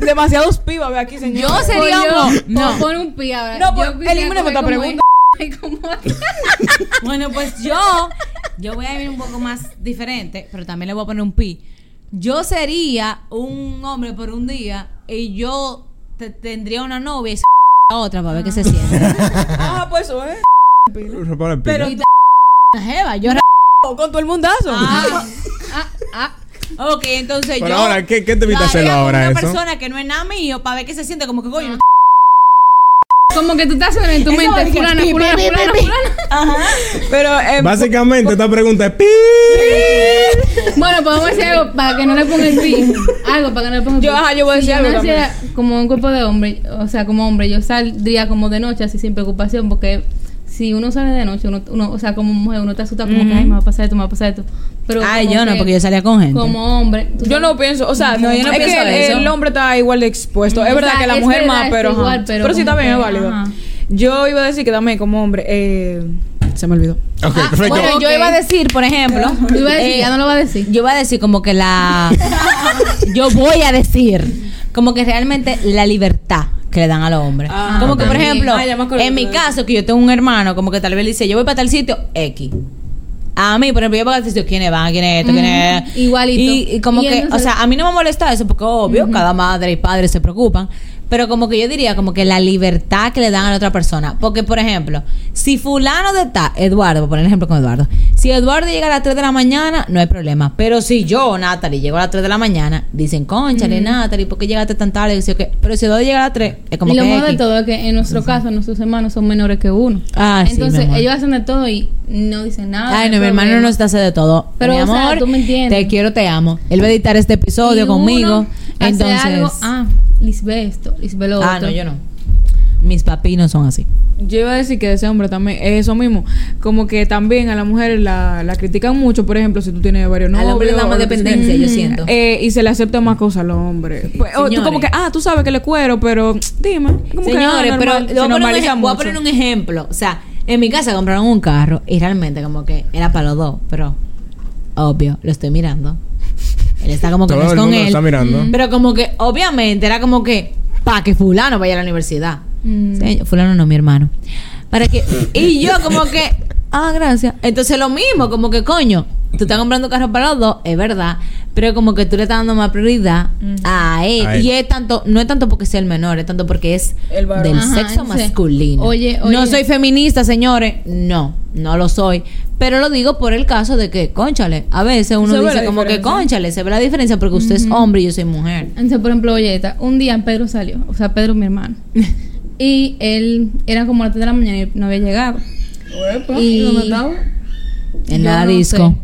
Speaker 2: Demasiados pibas, ve aquí, señor.
Speaker 1: Yo sería
Speaker 5: Pon yo-
Speaker 1: un. No.
Speaker 5: pon- pon un pi ahora.
Speaker 2: No, pues,
Speaker 5: Yo quisiera
Speaker 2: elimíname esta
Speaker 5: comer
Speaker 2: pregunta.
Speaker 5: como- como-
Speaker 1: Bueno, pues yo, yo voy a ir un poco más diferente, pero también le voy a poner un pi. Yo sería un hombre por un día y yo te- tendría una novia y se a otra para ver qué se siente.
Speaker 2: Ah, pues eso es.
Speaker 3: Repara el pila.
Speaker 2: Pero-
Speaker 1: Una Jeva, yo ra-
Speaker 2: Con todo el mundazo.
Speaker 1: Ah,
Speaker 5: Ah, ah.
Speaker 1: ok, entonces
Speaker 3: Pero
Speaker 1: yo.
Speaker 3: ahora, ¿qué, qué te
Speaker 1: lo
Speaker 3: evita hacerlo
Speaker 1: haría con
Speaker 3: ahora
Speaker 1: una
Speaker 3: eso?
Speaker 1: persona que no es nada mío para ver qué se siente como que coño.
Speaker 5: Como que tú estás haciendo en tu
Speaker 1: Eso
Speaker 5: mente,
Speaker 1: es que
Speaker 5: fulana,
Speaker 1: pi,
Speaker 5: fulana,
Speaker 1: pi, pi,
Speaker 5: fulana,
Speaker 1: pi.
Speaker 5: fulana.
Speaker 2: Pero, eh,
Speaker 3: Básicamente, esta pregunta es pi.
Speaker 5: Bueno, podemos decir algo para que no le ponga el pi. Algo para que no le ponga el pi.
Speaker 2: Yo, ajá, yo voy a
Speaker 5: Si
Speaker 2: decir algo
Speaker 5: naciera como un cuerpo de hombre, o sea, como hombre, yo saldría como de noche así sin preocupación porque si uno sale de noche, uno, uno- o sea, como mujer, uno te asusta como que, ay, me va a pasar esto, me va a pasar esto. Pero
Speaker 1: Ay,
Speaker 5: como
Speaker 1: yo no,
Speaker 5: que
Speaker 1: porque yo salía con gente.
Speaker 5: Como hombre. tú
Speaker 2: yo
Speaker 5: sabes-
Speaker 2: no pienso, o sea,
Speaker 1: No, yo no
Speaker 2: es
Speaker 1: pienso
Speaker 2: que el,
Speaker 1: eso.
Speaker 2: el hombre está igual de expuesto. Es
Speaker 5: O
Speaker 2: verdad
Speaker 5: sea,
Speaker 2: que la
Speaker 5: es
Speaker 2: mujer
Speaker 5: verdad,
Speaker 2: más,
Speaker 5: es
Speaker 2: pero. ajá.
Speaker 5: igual, pero
Speaker 2: pero, sí,
Speaker 5: como
Speaker 2: también
Speaker 5: que,
Speaker 2: es válido.
Speaker 5: ajá.
Speaker 2: Yo iba a decir que también como hombre. eh, se me olvidó.
Speaker 3: Ok,
Speaker 1: Ah,
Speaker 3: perfecto.
Speaker 1: Bueno, yo
Speaker 5: Ok.
Speaker 1: iba a decir, por ejemplo,
Speaker 5: Tú ibas a decir,
Speaker 1: eh,
Speaker 5: ya no lo va a decir.
Speaker 1: Yo voy a decir como que la... yo voy a decir como que realmente la libertad que le dan a los hombres.
Speaker 2: Ah,
Speaker 1: como que, por
Speaker 5: también.
Speaker 1: ejemplo,
Speaker 2: Ah, ya me acordé
Speaker 1: en
Speaker 2: de
Speaker 1: mi
Speaker 2: eso.
Speaker 1: caso, que yo tengo un hermano, como que tal vez le dice, yo voy para tal sitio, X. A mí, por ejemplo, yo voy para tal sitio, ¿quiénes van? ¿Quién es esto? ¿Quién es?
Speaker 5: Ujú, igualito.
Speaker 1: Y, y como
Speaker 5: Y
Speaker 1: que, o
Speaker 5: entonces-
Speaker 1: sea, a mí no me molesta eso, porque obvio, cada madre y padre se preocupan. Pero como que yo diría, como que la libertad que le dan a la otra persona. Porque, por ejemplo, si fulano de tal, Eduardo, voy a poner el ejemplo con Eduardo. Si Eduardo llega a las 3 de la mañana, no hay problema. Pero si yo, Natalie, llego a las 3 de la mañana, dicen, conchale, Natalie, ¿por qué llegaste tan tarde? Y yo, "¿Qué?". Pero si Eduardo llega a las 3, es como
Speaker 5: y lo
Speaker 1: que...
Speaker 5: mejor de
Speaker 1: X.
Speaker 5: todo es que en nuestro caso, nuestros hermanos son menores que uno.
Speaker 1: Ah, sí, mi
Speaker 5: Entonces,
Speaker 1: amor.
Speaker 5: ellos hacen de todo y no dicen nada.
Speaker 1: Ay,
Speaker 5: hay
Speaker 1: no, mi hermano
Speaker 5: problema.
Speaker 1: no se hace de todo.
Speaker 5: Pero,
Speaker 1: mi
Speaker 5: o
Speaker 1: amor,
Speaker 5: sea, tú me entiendes.
Speaker 1: te quiero, te amo. Él va a editar este episodio
Speaker 5: Y
Speaker 1: conmigo.
Speaker 5: uno hace
Speaker 1: Entonces...
Speaker 5: algo, ah, Lisbeth esto, Lisbeth lo
Speaker 1: Ah,
Speaker 5: otro.
Speaker 1: no, yo no. Mis papi no son así.
Speaker 2: Yo iba a decir que ese hombre también es eso mismo. Como que también a la mujer la, la critican mucho, por ejemplo, si tú tienes varios novios.
Speaker 1: Al hombre le da
Speaker 2: o
Speaker 1: más
Speaker 2: lo que tú
Speaker 1: dependencia,
Speaker 2: tengas.
Speaker 1: yo siento.
Speaker 2: Eh, y se le acepta más cosas al hombre. Pues, o tú
Speaker 1: Señores.
Speaker 2: como que, ah, tú sabes que le cuero, pero dime. Como que, ah,
Speaker 1: Señores, pero
Speaker 2: normal,
Speaker 1: le voy a,
Speaker 2: se
Speaker 1: poner un
Speaker 2: normaliza
Speaker 1: ej- voy a
Speaker 2: mucho.
Speaker 1: poner un ejemplo. O sea, en mi casa compraron un carro y realmente como que era para los dos, pero obvio, lo estoy mirando. Él está como que
Speaker 3: Todo
Speaker 1: no es
Speaker 3: el
Speaker 1: con
Speaker 3: mundo lo
Speaker 1: él.
Speaker 3: está mirando.
Speaker 1: Pero como que, obviamente, era como que para que fulano vaya a la universidad.
Speaker 5: Mm.
Speaker 1: Sí, fulano no, mi hermano. Para que, y yo como que, ah, gracias. Entonces lo mismo, como que coño, tú estás comprando carro para los dos, es verdad, pero como que tú le estás dando más prioridad a él.
Speaker 3: A él.
Speaker 1: Y es tanto, no es tanto porque sea el menor, es tanto porque es
Speaker 2: El varón.
Speaker 1: del
Speaker 5: Ajá,
Speaker 1: sexo
Speaker 5: ese.
Speaker 1: masculino.
Speaker 5: Oye, oye.
Speaker 1: No soy feminista, señores. No, no lo soy. Pero lo digo por el caso de que, conchale, a veces uno
Speaker 2: Se ve la
Speaker 1: dice como que,
Speaker 2: diferencia.
Speaker 1: conchale, se ve la diferencia porque usted es hombre y yo soy mujer.
Speaker 5: Entonces, por ejemplo, oye, esta, un día Pedro salió, o sea, Pedro mi hermano. y él era como las 3 de la mañana y él no había llegado.
Speaker 2: Uepa,
Speaker 5: Y-
Speaker 2: ¿y dónde estaba?
Speaker 1: En
Speaker 5: Yo
Speaker 1: la
Speaker 5: no
Speaker 1: disco.
Speaker 5: sé.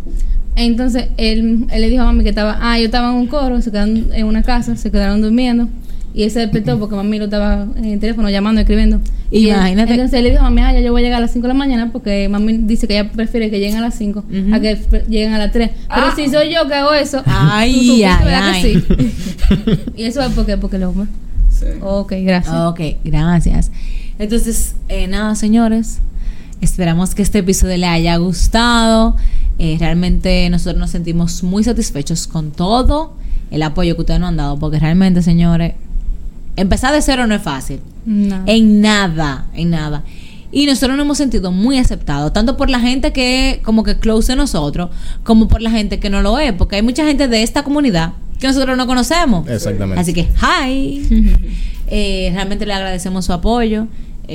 Speaker 5: Entonces él, él le dijo a mami que estaba, ah, yo estaba en un coro, se quedaron en una casa, se quedaron durmiendo. Y él se despertó porque mami lo estaba en el teléfono llamando, escribiendo. Y él-
Speaker 1: Imagínate.
Speaker 5: entonces él le dijo a mami, ah, ya yo voy a llegar a las 5 de la mañana porque mami dice que ella prefiere que lleguen a las 5 a que pre- lleguen a las 3. Pero si soy yo que hago eso,
Speaker 1: Ah. Ay,
Speaker 5: tú supiste,
Speaker 1: ay,
Speaker 5: ¿verdad
Speaker 1: ay.
Speaker 5: que sí? y eso es porque, porque lo ama. Ok, gracias.
Speaker 1: Ah, Ok, gracias. Entonces, eh, nada, señores. Esperamos que este episodio le haya gustado. Eh, realmente nosotros nos sentimos muy satisfechos con todo el apoyo que ustedes nos han dado. Porque realmente, señores, empezar de cero no es fácil.
Speaker 5: Nada.
Speaker 1: En nada, en nada. Y nosotros nos hemos sentido muy aceptados, tanto por la gente que es como que close de nosotros, como por la gente que no lo es, porque hay mucha gente de esta comunidad que nosotros no conocemos.
Speaker 3: Exactamente.
Speaker 1: Así que, hi. Eh, realmente le agradecemos su apoyo.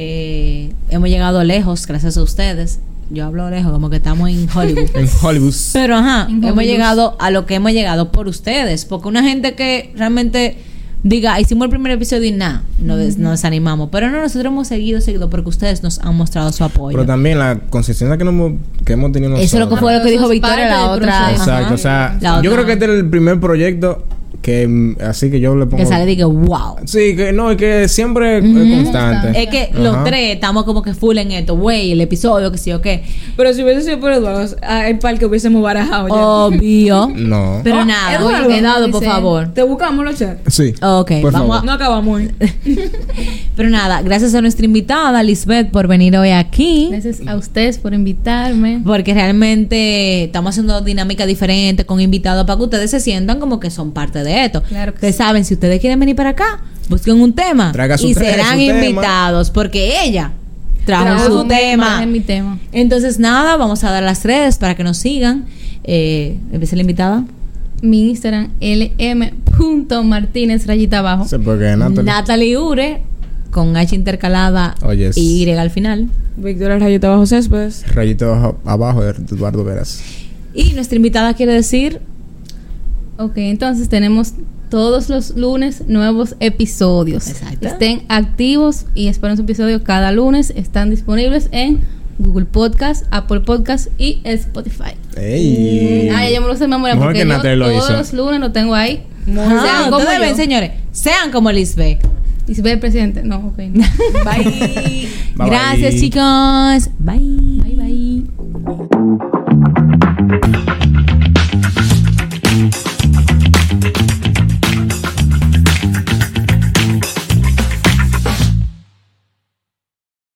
Speaker 1: Eh, hemos llegado lejos gracias a ustedes. Yo hablo lejos, como que estamos en Hollywood.
Speaker 3: En Hollywood.
Speaker 1: Pero ajá,
Speaker 5: En
Speaker 1: hemos
Speaker 5: Hollywood.
Speaker 1: llegado a lo que hemos llegado por ustedes, porque una gente que realmente diga, hicimos el primer episodio y nada, no des- nos desanimamos. Pero no, nosotros hemos seguido, seguido, porque ustedes nos han mostrado su apoyo.
Speaker 3: Pero también la consistencia que, no hemos- que hemos tenido
Speaker 1: Eso es lo que
Speaker 3: nosotros.
Speaker 1: fue lo que
Speaker 5: Eso
Speaker 1: dijo
Speaker 5: es
Speaker 1: Victoria la
Speaker 5: parte del
Speaker 1: otra.
Speaker 5: proceso.
Speaker 1: ajá,
Speaker 3: Exacto, o sea,
Speaker 1: La
Speaker 3: yo
Speaker 1: otra.
Speaker 3: creo que este es el primer proyecto que mm, así que yo le pongo
Speaker 1: Que sale y diga, wow.
Speaker 3: Sí, que no, es que siempre es constante.
Speaker 1: Es que los
Speaker 3: Ajá.
Speaker 1: tres estamos como que full en esto, güey, el episodio, que sí o qué.
Speaker 2: Pero si hubiese sido por Eduardo, el parque hubiésemos barajado ya.
Speaker 1: Oh. Obvio.
Speaker 3: No.
Speaker 1: Pero
Speaker 2: Ah,
Speaker 1: nada,
Speaker 2: Eduardo,
Speaker 1: cuidado, por
Speaker 5: dice-
Speaker 1: favor.
Speaker 2: Te buscamos los chats.
Speaker 3: Sí.
Speaker 1: Ok,
Speaker 3: Por
Speaker 1: vamos
Speaker 3: favor.
Speaker 2: No acabamos. hoy.
Speaker 1: Pero nada, gracias a nuestra invitada, Lisbeth, por venir hoy aquí.
Speaker 5: Gracias a ustedes por invitarme.
Speaker 1: Porque realmente estamos haciendo dinámica diferente con invitados para que ustedes se sientan como que son parte de esto.
Speaker 5: Claro que
Speaker 1: ustedes saben, si ustedes quieren venir para acá, busquen un tema
Speaker 3: Traiga su
Speaker 1: y
Speaker 3: tra-
Speaker 1: serán
Speaker 3: su tema.
Speaker 1: invitados porque ella trajo, su
Speaker 5: mi-
Speaker 1: tema.
Speaker 5: Es mi tema.
Speaker 1: Entonces nada, vamos a dar las redes para que nos sigan. Eh, ¿Empieza la invitada?
Speaker 5: Mi Instagram, lm.martínez, rayita abajo.
Speaker 3: Sí, porque Natalie.
Speaker 1: Natalie Ure con H intercalada
Speaker 3: Oye, es-
Speaker 1: y Y al final.
Speaker 2: Victoria Rayeta Bajo Céspedes.
Speaker 3: Rayito abajo- abajo de Eduardo Veras.
Speaker 1: Y nuestra invitada quiere decir
Speaker 5: Ok, entonces tenemos todos los lunes nuevos episodios.
Speaker 1: Exacto.
Speaker 5: Estén activos y esperen su episodio cada lunes. Están disponibles en Google Podcast, Apple Podcast y Spotify.
Speaker 3: ¡Ey!
Speaker 5: Ah, ya yo me lo sé de memoria
Speaker 3: Mejor
Speaker 5: porque
Speaker 3: que
Speaker 5: yo
Speaker 3: Natalie lo
Speaker 5: todos
Speaker 3: hizo.
Speaker 5: los lunes lo tengo ahí.
Speaker 1: Ah,
Speaker 5: Sean como
Speaker 1: ustedes
Speaker 5: yo.
Speaker 1: ven, señores, sean como Lisbeth.
Speaker 5: Y si ve el presidente, no, ok. no.
Speaker 1: Bye.
Speaker 3: Bye,
Speaker 1: Gracias,
Speaker 3: bye.
Speaker 1: chicos. Bye.